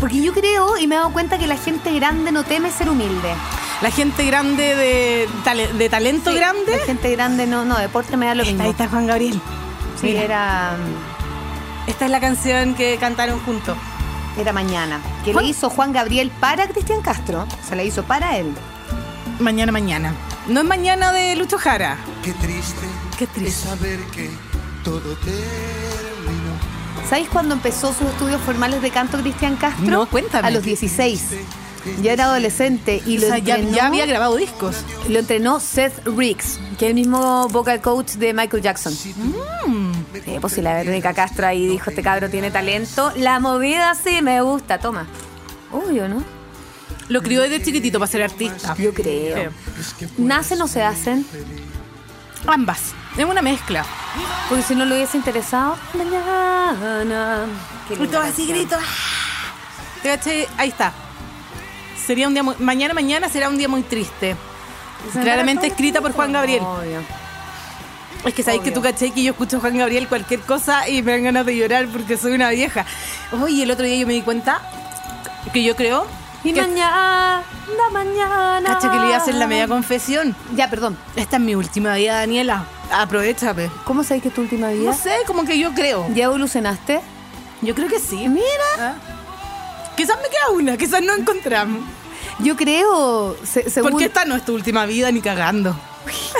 Porque yo creo y me he dado cuenta que la gente grande no teme ser humilde.
La gente grande de, tale- de talento
Sí,
grande.
La gente grande no, no, deporte me da lo mismo.
Ahí está Juan Gabriel.
Sí,
Mira.
era,
Esta es la canción que cantaron juntos.
era mañana. Que
Juan-
le hizo Juan Gabriel para Cristian Castro. Se la hizo para él.
Mañana Mañana. No es Mañana de Lucho Jara.
Qué triste,
Qué triste.
es saber que todo terminó.
¿Sabéis cuándo empezó sus estudios formales de canto Cristian Castro?
No, cuéntame.
A los 16. Ya era adolescente y lo
o sea, ya,
entrenó,
ya había grabado discos.
lo entrenó Seth Riggs, que es el mismo vocal coach de Michael Jackson.
Mm.
Sí, pues si la Verónica Castro ahí dijo, este cabro tiene talento, la movida sí me gusta, toma. Obvio, ¿no?
Lo crió desde chiquitito para ser artista.
Yo creo. ¿Nacen o se hacen?
Ambas. Es una mezcla.
Porque si no lo hubiese interesado, mañana. Qué linda
Y todo así
canción.
grito. ¡ah! Te caché, Ahí está. Sería un día muy- mañana mañana será un día muy triste. Claramente escrita por Juan Gabriel.
Obvio.
Es que sabéis que tú
Obvio.
caché que yo escucho a Juan Gabriel cualquier cosa y me dan ganas de llorar porque soy una vieja. Oye, el otro día yo me di cuenta que yo creo
Y
que,
mañana, mañana.
caché que le iba a hacer la media confesión.
Ya, perdón.
Esta es mi última vida, Daniela. Aprovechame.
¿Cómo sabes que es tu última vida?
No sé, como que yo creo.
¿Ya evolucionaste?
Yo creo que sí.
Mira.
Quizás me queda una, quizás no encontramos.
Yo creo, se- según...
Porque esta no es tu última vida ni cagando.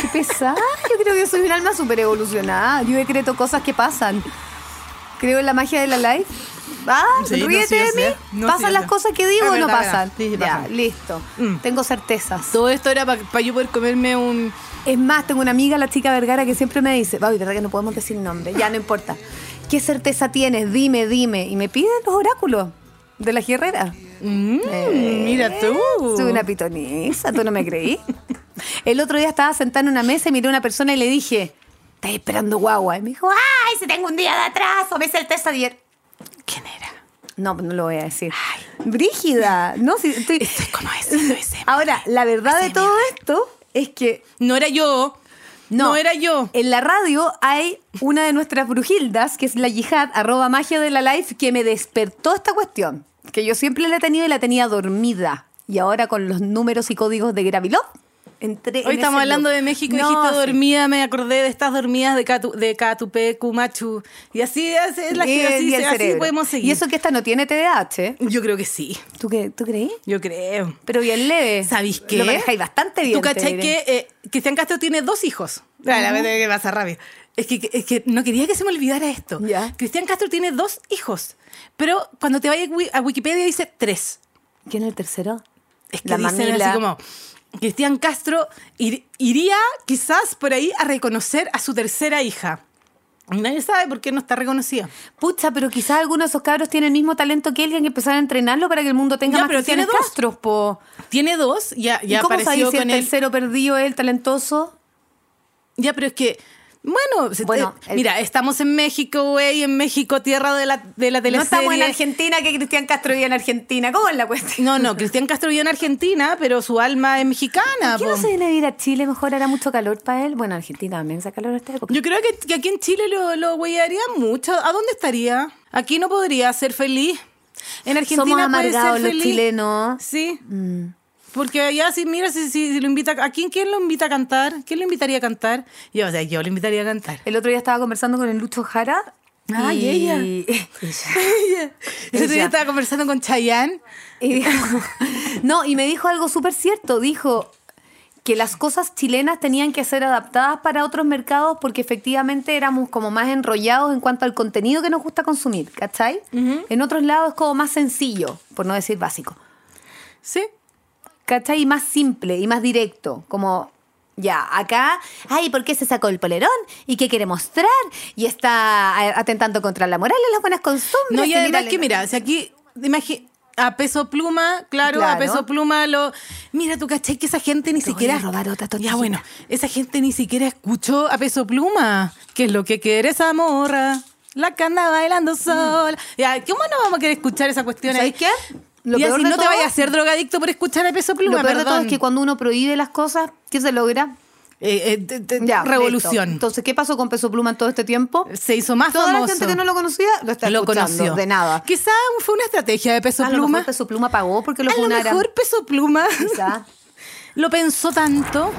Qué pesada. Yo creo que yo soy un alma súper evolucionada. Yo decreto cosas que pasan. Creo en la magia de la life. Ah,
Sí, no,
ríete
sí, yo
de
sé.
mí.
No, sí,
¿Pasan
yo
las
sé.
cosas que digo
Es
o no
verdad,
pasan?
verdad. Sí, sí,
ya,
pasan.
listo.
Mm.
Tengo certezas.
Todo esto era para yo poder comerme un.
Es más, tengo una amiga, la chica Vergara, que siempre me dice, Babi, ¿verdad que no podemos decir nombre? Ya, no importa. ¿Qué certeza tienes? Dime, dime. Y me piden los oráculos de la guerrera.
Mm, mira tú.
Eh, Soy una pitoniza, tú no me creí. El otro día estaba sentada en una mesa y miré a una persona y le dije, ¿estás esperando guagua? Y me dijo, ¡ay, si tengo un día de atraso! Me hice el test ayer.
¿Quién era?
No, no lo voy a decir. Brígida. No, si estoy...
Estoy como haciendo ese.
Ahora, la verdad de todo esto es que
No era yo. No, era yo.
En la radio hay una de nuestras brujildas, que es la yihad, arroba magia de la life, que me despertó esta cuestión. Que yo siempre la he tenido y la tenía dormida. Y ahora con los números y códigos de Gravilov, entré. en
Hoy estamos
ese
hablando
loop.
de México,
No,
dijiste
sí.
dormida, me acordé de estas dormidas de, Catu, de Catupé, Cumachu. Y así es es la
Y-
que así,
y el
así
cerebro.
podemos seguir.
Y eso que esta no tiene TDAH.
Yo creo que sí,
¿Tú, qué, ¿Tú creí?
yo creo.
¿eh? Pero bien leve.
¿Sabéis qué?
Lo manejáis bastante bien.
¿Tú
te
cachai
diré.
que eh, Cristian Castro tiene dos hijos? Ah, La verdad que pasa rabia. Es que, es que no quería que se me olvidara esto.
Ya.
Cristian Castro tiene dos hijos, pero cuando te vayas a Wi- a Wikipedia dice tres.
¿Quién es el tercero?
Es que
La
dicen
mamila.
así como, Cristian Castro ir- iría quizás por ahí a reconocer a su tercera hija. Y Nadie sabe por qué no está reconocida.
Pucha, pero quizás alguno de esos cabros tiene el mismo talento que él y hay que empezar a entrenarlo para que el mundo tenga
Ya,
más
pero
Cristianes
tiene dos.
Castros, po.
Tiene dos, ya, ya
¿Y cómo sabéis
apareció
si este el
con él.
tercero perdido es el talentoso?
Ya, pero es que, bueno, se-
Bueno,
eh,
el-
mira, estamos en México, güey, en México, tierra de la, de la
No
teleserie.
estamos en Argentina, que Cristian Castro vive en Argentina. ¿Cómo es la cuestión?
No, no, Cristian Castro vive en Argentina, pero su alma es
¿Por
mexicana.
qué no
po.
se viene a vivir a Chile? Mejor hará mucho calor para él. Bueno, Argentina también hace calor a esta época.
Yo creo que, que aquí en Chile lo, lo huevearía mucho. ¿A dónde estaría? Aquí no podría ser feliz. En Argentina
Somos
puede ser
amargados los
feliz.
chilenos. Mm.
Sí. Porque allá, si mira, si, si- si lo invita, ¿a quién, quién lo invita a cantar? ¿Quién lo invitaría a cantar? Yo, o sea, yo lo invitaría a cantar.
El otro día estaba conversando con el Lucho Jara.
Ay,
y...
ella. El otro día
Ella.
estaba conversando con Chayanne.
Y dijo- no, y me dijo algo súper cierto. Dijo que las cosas chilenas tenían que ser adaptadas para otros mercados porque efectivamente éramos como más enrollados en cuanto al contenido que nos gusta consumir, ¿cachai? En otros lados es como más sencillo, por no decir básico.
Sí.
¿cachai? Y más simple y más directo, como ya, acá, ay, ¿por qué se sacó el polerón? ¿Y qué quiere mostrar? Y está a- atentando contra la moral y las buenas costumbres.
No, y además
mírale-
que mira, si aquí, imagi- a peso pluma, claro, a
Claro.
peso pluma lo... Mira, tú cachai que esa gente ni
Te voy
siquiera...
a robar otra
ya
tortillita.
bueno, esa gente ni siquiera escuchó a peso pluma. ¿Qué es lo que quiere esa morra? La que anda bailando sola. Ya, ¿Cómo no vamos a querer escuchar esa cuestión ahí?
Mm. ¿Sabes qué? Lo
y
peor
así
de
no te
todo-
vayas a ser drogadicto por escuchar a peso pluma,
Lo peor de todo es
perdón.
que cuando uno prohíbe las cosas, ¿qué se logra?
Eh, eh, te- te-
Ya, listo.
revolución.
Entonces, ¿qué pasó con Peso Pluma en todo este tiempo?
Se hizo más
Toda
famoso.
la gente que no lo conocía lo está
Lo
escuchando,
conoció.
de nada.
Quizá fue una estrategia de peso
a lo
pluma.
mejor Peso Pluma pagó porque lo
a lo
funaran.
mejor peso pluma.
Quizá.
lo pensó tanto,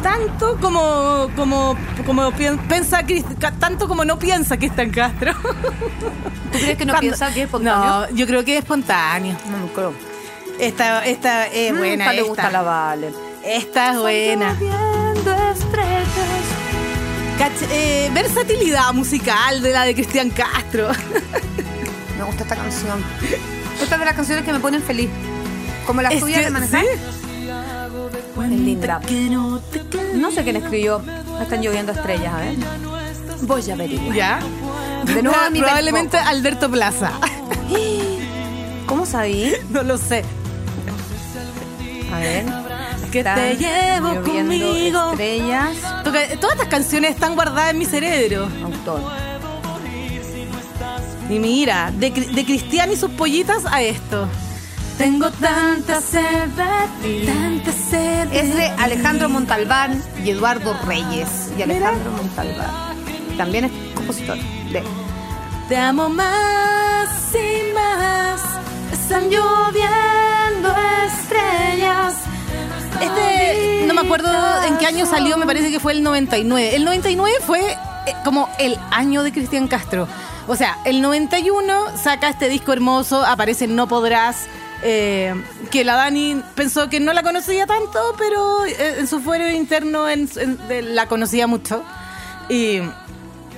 tanto como, como, como pi- piensa Crist- ca- tanto como no piensa Cristian Castro.
¿Tú crees que no
Cuando-
piensa que es espontáneo?
No, yo creo que es espontáneo.
No, no creo.
Esta, esta es
Mm,
buena.
esta le
esta.
gusta la Vale.
Esta es buena. Cach- eh, versatilidad musical de la de Cristian Castro.
Me gusta esta canción. Esta es de las canciones que me ponen feliz. Como las
Es
tuyas
que-
de manejar.
¿sí?
Es linda. No sé quién escribió. Están lloviendo estrellas, a ver. Voy a averiguar.
Ya.
De nuevo mi
Probablemente Alberto Plaza.
¿Cómo sabí?
No lo sé.
A ver.
Que
Están
te llevo
lloviendo
conmigo.
Estrellas.
Toca- Todas estas canciones están guardadas en mi cerebro.
Autor.
Y mira, de, Cri- de Cristian y sus pollitas a esto. Tengo tanta sed de ti, tanta sed de
Es de
ti.
Alejandro Montalbán y Eduardo Reyes. Y Alejandro Montalbán. También es compositor de
Te amo más y más. Están lloviendo estrellas. Este, no me acuerdo en qué año salió, me parece que fue el 99. El 99 fue eh, como el año de Cristian Castro. O sea, el 91 saca este disco hermoso, aparece No Podrás. eh, que la Dani pensó que no la conocía tanto, pero eh, en su fuero interno en- en- de- la conocía mucho. Y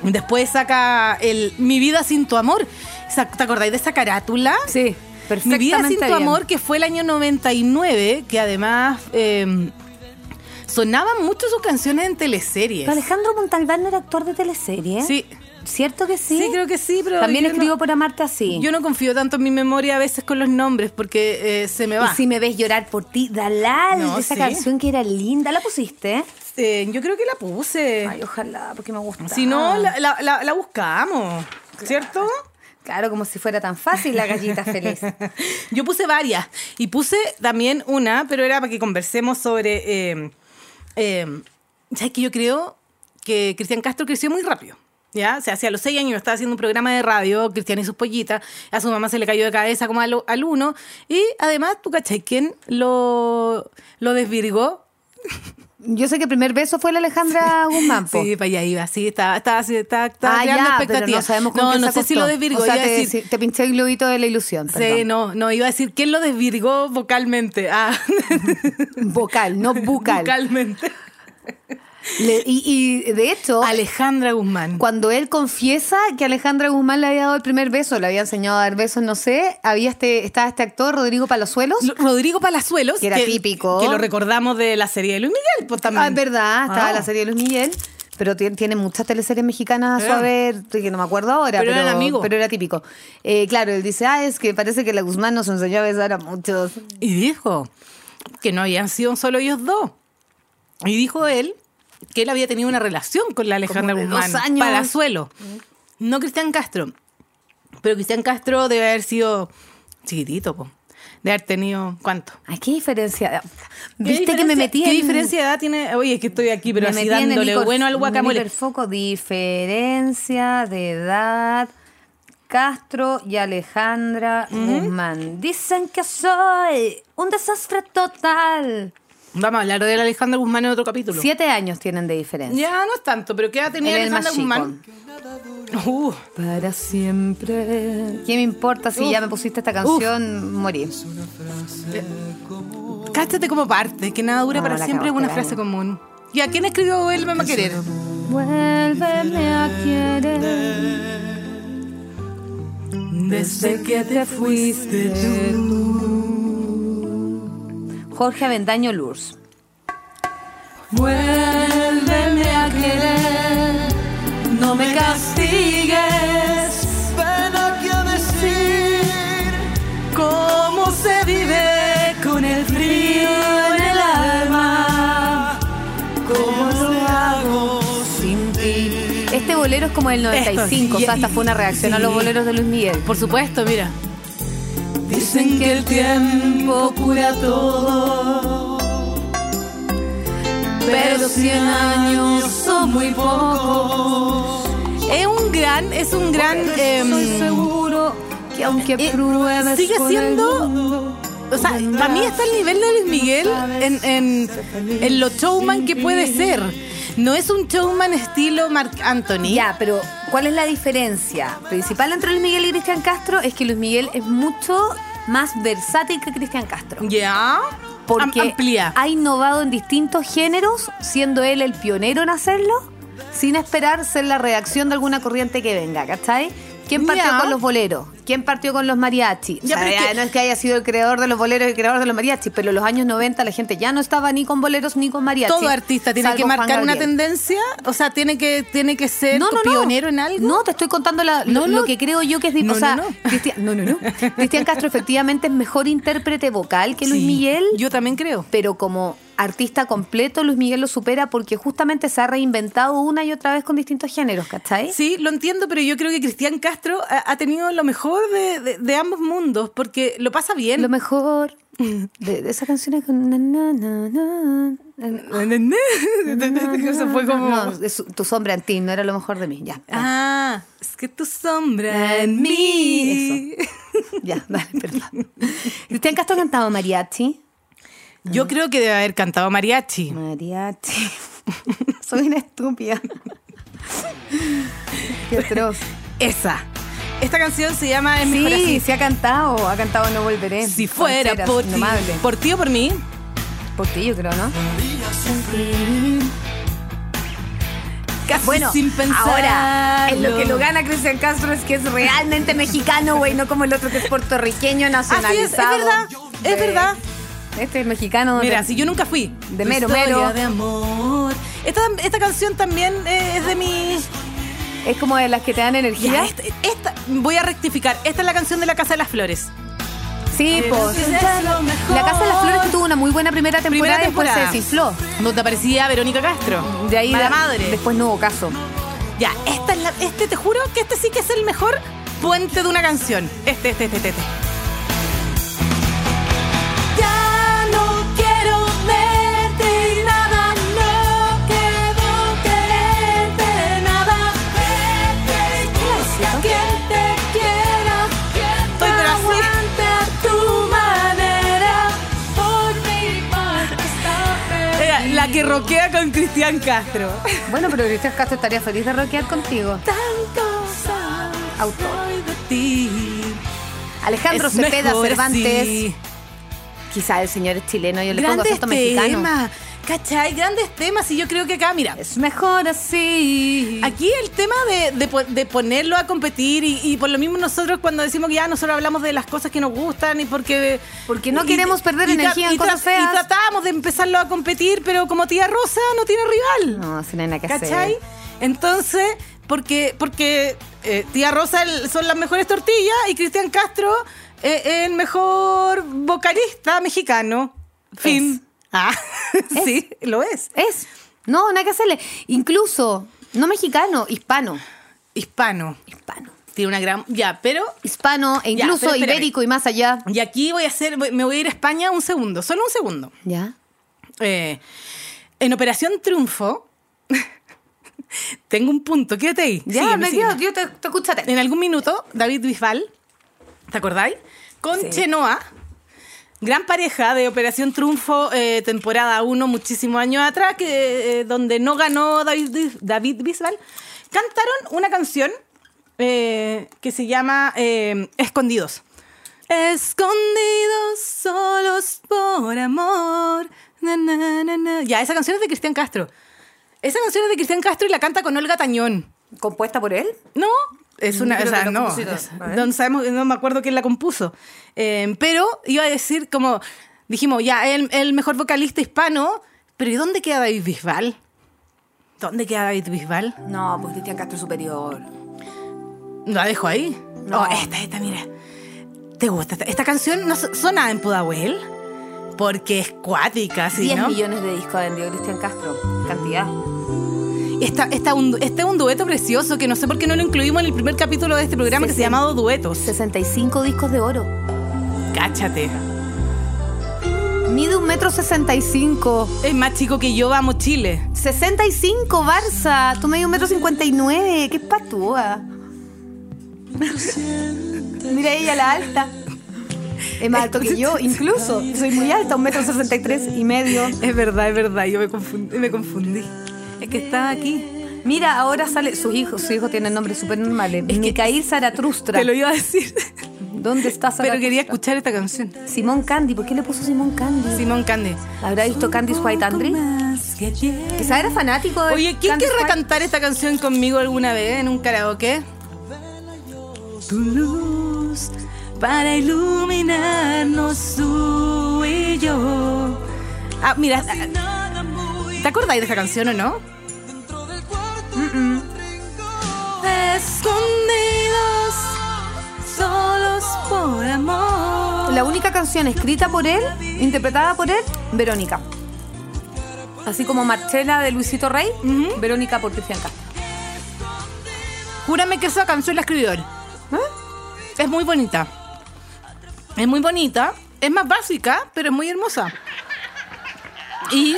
Después saca el Mi vida sin tu amor. Sa- ¿Te acordáis de esa carátula?
Sí,
Mi
perfectamente.
vida sin tu
bien.
amor, que fue el año 99, que además eh, sonaban mucho sus canciones en teleseries.
Pero Alejandro Montalbán no era actor de teleserie.
Sí.
¿Cierto que sí?
sí, creo que sí, pero.
También
yo no-
escribió por amarte así.
Yo no confío tanto en mi memoria a veces con los nombres porque eh, se me va.
Y si me ves llorar por ti, Dalal,
No,
de esa
sí.
canción que era linda, ¿la pusiste?
Eh, yo creo que la puse.
Ay, ojalá, porque me gusta.
si no, la, la- la- la buscamos, ¿cierto?
Claro, como si fuera tan fácil la gallita feliz.
Yo puse varias y puse también una, pero era para que conversemos sobre... eh, eh, ¿Sabes que Yo creo que Cristian Castro creció muy rápido. ¿Ya? O sea, hacia los seis años estaba haciendo un programa de radio, Cristian y sus pollitas, a su mamá se le cayó de cabeza como al, al uno, y además, ¿tú cachai quién lo, lo desvirgó?
Yo sé que el primer beso fue la Alejandra Guzmán. po.
Sí, para allá iba, sí, estaba, estaba, estaba, estaba
ah,
creando
ya, pero no
expectativas.
sabemos con
no,
quién
no
se
sé si lo
acostó.
desvirgó.
O sea,
iba a
te,
decir-
te pinché el globito de la ilusión,
Sí,
perdón.
no, no, iba a decir, ¿quién lo desvirgó vocalmente? Ah,
Vocal, no bucal.
vocalmente.
Le- y, y, de hecho,
Alejandra Guzmán.
cuando él confiesa que Alejandra Guzmán le había dado el primer beso, le había enseñado a dar besos, no sé, había este, estaba este actor, Rodrigo Palazuelos.
Lo- Rodrigo Palazuelos.
Que era típico.
Que lo recordamos de la serie de Luis Miguel, pues también.
Ah, es verdad, estaba
Ah.
la serie de Luis Miguel. Pero tiene, tiene muchas teleseries mexicanas a su
Ah.
haber, que no me acuerdo ahora,
Pero
pero,
eran amigos.
pero era típico. Eh, claro, él dice, ah, es que parece que la Guzmán nos enseñó a besar a muchos.
Y dijo que no habían sido solo ellos dos. Y dijo él que él había tenido una relación con la Alejandra
Como de
Guzmán.
dos años. Mm.
Palazuelo. No Cristian Castro. Pero Cristian Castro debe haber sido chiquitito, po. De haber tenido, ¿cuánto?
Ay, qué diferencia.
¿Qué
Viste que me
diferencia-
metí
¿Qué
en-
diferencia de edad tiene? Oye, es que estoy aquí, pero
me
así
metí en el
dándole
hiper-
bueno al
en el
guacamole.
hiperfoco, diferencia de edad.
Castro y Alejandra
¿Mm?
Guzmán. Dicen que soy un desastre total.
Vamos a hablar de Alejandra Guzmán en otro capítulo.
Siete años tienen de diferencia.
Ya no es tanto, pero ¿qué edad tenía
Él es el
Alejandra
más chico.
Guzmán? Uh,
Para siempre. ¿Qué me importa si ya me pusiste esta canción? Morí.
cáchate como parte, que nada dura
No,
para
la
siempre es
cagaste,
una
Dani.
frase común. ¿Y a quién escribió él me va a querer?
Vuélveme a querer.
Desde que te fuiste
Jorge Avendaño Lurs.
vuélveme a querer, no me castigues.
Ven aquí a decir
cómo se vive con el frío en el alma. ¿Cómo se hago?
Este bolero es como el 95, o sea, hasta fue una reacción a los boleros de Luis Miguel.
Por supuesto, mira. Dicen que el tiempo cura todo. Pero 100 años son muy pocos. Es un gran, es un gran. em,
Estoy seguro que aunque
eh,
pruebes
sigue
con
siendo-
el mundo,
O sea, para mí está el nivel de Luis Miguel en, en, en lo showman que puede ser. No es un showman estilo Marc Anthony.
Ya, pero ¿cuál es la diferencia principal entre Luis Miguel y Cristian Castro? Es que Luis Miguel es mucho más versátil que Cristian Castro.
Ya.
Porque
Am- amplía.
ha innovado en distintos géneros, siendo él el pionero en hacerlo, sin esperar ser la reacción de alguna corriente que venga, ¿cachai? ¿Quién partió
Ya.
con los boleros? ¿Quién partió con los mariachis?
Ya,
O sea,
pero es
ya
que-
No es que haya sido el creador de los boleros y el creador de los mariachis, pero en los años 90 la gente ya no estaba ni con boleros ni con mariachis.
Todo artista tiene
salvo
que
Juan
marcar una
Gabriel.
tendencia, o sea, tiene que, tiene que ser pionero en algo.
No, te estoy contando la-
No,
lo,
no.
lo que creo yo que es... di-
No,
o sea,
no, no.
Cristian, no, no, no. Cristian Castro efectivamente es mejor intérprete vocal que Luis
Sí,
Miguel,
Yo también creo.
pero como artista completo Luis Miguel lo supera porque justamente se ha reinventado una y otra vez con distintos géneros, ¿cachai?
Sí, lo entiendo, pero yo creo que Cristian Castro ha, ha tenido lo mejor de, de- de ambos mundos, porque lo pasa bien.
Lo mejor de, de esa canción es... con na, na, na, na, na,
Eso fue como...
No, es tu sombra en ti, no era lo mejor de mí, ya.
Ah, es que tu sombra en mí.
Ya, vale, perdón. Cristian Castro cantaba mariachi.
Yo creo que debe haber cantado mariachi.
Mariachi. Soy una estúpida. Qué atroz.
Esa. Esta canción se llama Es mejor
Sí,
así.
se ha cantado. Ha cantado No Volveré.
Si fuera
Rancheras,
por ti,
Indomable.
por ti o por mí,
Por ti, yo creo, ¿no?
Casi
Bueno,
sin pensarlo.
ahora en lo que lo gana Cristian Castro es que es realmente mexicano, güey, no como el otro que es puertorriqueño
Así es, es
nacionalizado.
verdad,
Güey,
es verdad.
Este es mexicano.
Mira,
de-
si yo nunca fui.
de
Tu
mero,
historia
mero.
de amor. Esta, esta canción también eh, es de mi...
es como de las que te dan energía.
Ya, esta, esta- voy a rectificar. Esta es la canción de La Casa de las Flores.
Sí, pues.
Entonces, es lo mejor.
La Casa de las Flores que tuvo una muy buena primera temporada,
Primera temporada.
y después se desinfló.
Donde aparecía Verónica Castro.
De ahí
Mala
de-
madre.
después no hubo caso.
Ya, esta es la- este te juro que este sí que es el mejor puente de una canción. Este, este, este, este. este. Ya no quiero verte y nada, no quiero quererte nada. Vete, que sea quien te quiera, quien te aguante a tu manera. Por mi parte está La que roquea con Cristian Castro.
Bueno, pero Cristian Castro estaría feliz de rockear contigo.
Tanto
Autor.
soy de ti.
Alejandro
Es
Cepeda
mejor
Cervantes.
así.
Quizá el señor es chileno, yo le pongo
Grandes
acento mexicano.
temas, ¿cachai? Grandes temas. Y yo creo que acá, mira,
Es mejor así.
aquí el tema de, de po- de ponerlo a competir y, y por lo mismo nosotros cuando decimos que ya nosotros hablamos de las cosas que nos gustan y porque...
Porque no
y-
queremos perder
y tra-
energía en
y tra-
cosas feas.
Y tratamos de empezarlo a competir, pero como tía Rosa no tiene rival.
No, si no hay nada que hacer.
¿Cachai? Entonces, porque, porque eh, tía Rosa el- son las mejores tortillas y Cristian Castro eh, es el mejor vocalista mexicano. Fin. Ah, sí, lo es.
Es. No, nada que hacerle. Incluso, no mexicano, hispano.
Hispano.
Hispano.
Tiene una gran. Ya, pero.
Hispano e
Ya,
incluso
pero espérame.
ibérico y más allá.
Y aquí voy a hacer. voy- Me voy a ir a España un segundo, solo un segundo.
¿Ya?
Eh, en Operación Triunfo. tengo un punto, quédate ahí.
Ya,
Sígueme,
me
sígueme.
dio, yo te, te escúchate.
en algún minuto, David Bisbal, ¿te acordáis? Con Chenoa, gran pareja de Operación Triunfo, eh, temporada 1, muchísimos años atrás, que, eh, donde no ganó David, Bis- David Bisbal, cantaron una canción eh, que se llama eh, Escondidos. Escondidos solos por amor. na, na, na, na. Ya, esa canción es de Cristian Castro. Esa canción es de Cristian Castro y la canta con Olga Tañón.
¿Compuesta por él?
No, es una.
Creo
O
que
sea,
lo
no.
compusieron,
es-
a ver.
no sabemos, no me acuerdo quién la compuso. Eh, pero iba a decir, como dijimos, ya, el, el mejor vocalista hispano. Pero ¿y dónde queda David Bisbal? ¿Dónde queda David Bisbal?
No, pues Cristian Castro superior.
La dejo ahí.
No.
No, esta, esta, mira. ¿Te gusta? Esta, esta canción no so- sonaba en Pudahuel. Porque es cuática, ¿sí,
10
no?
millones de discos vendió Cristian Castro. Cantidad.
Esta, esta un- este es un dueto precioso que no sé por qué no lo incluimos en el primer capítulo de este programa que se
Sesen-
ha llamado Duetos.
65 discos de oro.
Cáchate.
Mide un metro 65.
Es más chico que yo, vamos Chile.
65, Barça. Tú medio un metro 59. Qué patúa. Mira ella la alta. Es más alto que yo, incluso. Soy muy alta, un metro 63 y medio.
Es verdad, es verdad, yo me confundí. Me confundí. Es que está aquí.
Mira, ahora sale. Sus hijos, sus hijos tienen nombres súper normales. Micaí Zaratustra.
Te lo iba a decir,
¿Dónde está
pero
Zaratustra?
quería escuchar esta canción.
Simón Candy. ¿Por qué le puso Simón Candy?
Simón Candy.
¿Habrá visto Candy's White Andri? Quizá era fanático de.
Oye, ¿quién
Candy's
querrá
White.
cantar esta canción conmigo alguna vez en un karaoke? Tu luz para iluminarnos tú y yo. Ah, mira. ¿Te acordáis de esta canción o no? Escondidos, solos por amor.
La única canción escrita por él, interpretada por él, Verónica. Así como Marcela de Luisito Rey,
Ujú.
Verónica por Cristian Castro.
Júrame que esa canción la escribió él.
¿Eh?
Es muy bonita. Es muy bonita. Es más básica, pero es muy hermosa. Y,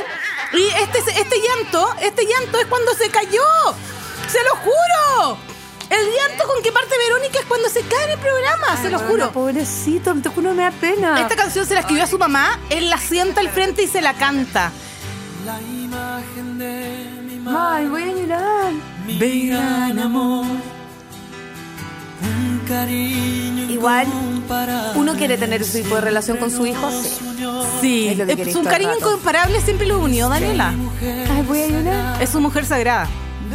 y este, este llanto, este llanto es cuando se cayó. ¡Se lo juro! El llanto con que parte Verónica es cuando se cae en el programa, se lo juro.
Ah, Pobrecito, te juro, me da pena.
Esta canción se la escribió a su mamá, él la sienta al frente y se la canta.
Ay, voy a llorar. Igual, uno quiere tener ese tipo de relación con su hijo. sí.
Sí,
Es lo que
es
queréis todo
un
el
cariño
rato.
incomparable siempre lo unió, Daniela.
Ay, voy a llorar.
Es su mujer sagrada.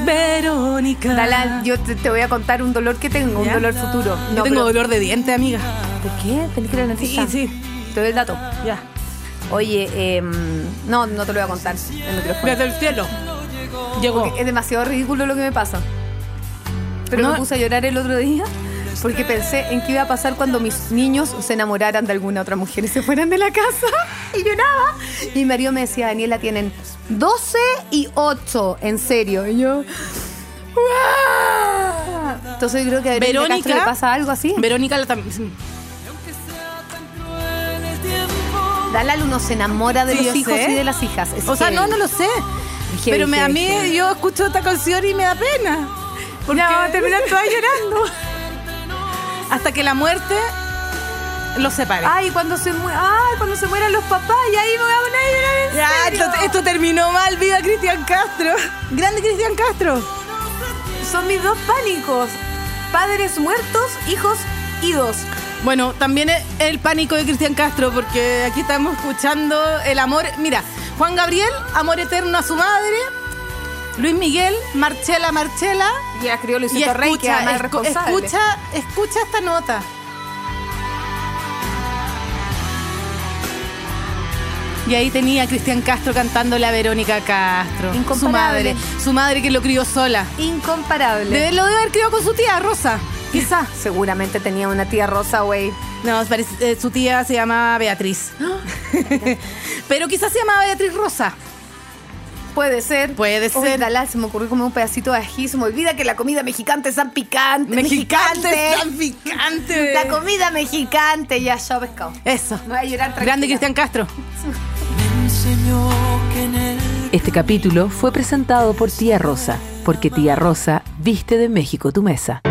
Verónica.
Talal, yo te, te voy a contar un dolor que tengo, un
¿Ya?
dolor futuro.
Yo tengo dolor de diente, amiga.
¿Por qué? ¿Tenés que ir al dentista?
Sí,
Te doy el dato.
Ya.
Oye, em, no, no te lo voy a contar el micrófono.
Desde el cielo. Llegó.
Es demasiado ridículo lo que me pasa. Pero
No.
me puse a llorar el otro día porque pensé en qué iba a pasar cuando mis niños se enamoraran de alguna otra mujer y se fueran de la casa. Y lloraba. Y mi marido me decía, Daniela, tienen 12 y 8, en serio. Y yo... ¡guau! Entonces yo creo que a Verónica, Castro
Verónica-
le pasa algo así.
Verónica la también.
Dalal uno se enamora de
Sí,
los
yo
hijos
sé.
y de las hijas. Es
O sea,
heavy.
no, no lo sé.
Heavy,
Pero me, a
heavy,
mí
heavy.
yo escucho esta canción y me da pena. Porque
Ya,
va
vamos
a
a
terminar toda llorando. Hasta que la muerte los separe.
Ay, cuando se, mue- Ay, cuando se mueran los papás, y ahí me voy a poner a llorar en
Ya,
serio.
esto, esto terminó mal, viva Cristian Castro. Grande Cristian Castro.
Son mis dos pánicos. Padres muertos, hijos idos.
Bueno, también e- el pánico de Cristian Castro, porque aquí estamos escuchando el amor. Mira, Juan Gabriel, amor eterno a su madre. Luis Miguel, Marchela, Marchela.
Y la crió
Y
Luisito
escucha,
Rey, que además es
escu-
responsable.
escucha, escucha esta nota. Y ahí tenía a Cristian Castro cantándole a Verónica Castro. Su
Incomparable.
madre. Su madre que lo crió sola.
Incomparable.
Debe, lo debe haber criado con su tía, Rosa. Quizá.
Seguramente tenía una tía rosa, güey.
No, parece- eh, su tía se llamaba Beatriz. Pero quizás se llamaba Beatriz Rosa.
Puede ser.
Puede
Uy,
ser.
Dalá, se me ocurrió como un pedacito de ají. Se me olvida que la comida mexicante es tan picante.
Mexicante,
mexicante.
tan picante.
La comida mexicante. Ya, ya, pescado.
Eso.
Me voy a llorar tranquila.
Grande Cristian Castro.
Este capítulo fue presentado por Tía Rosa, porque Tía Rosa viste de México tu mesa.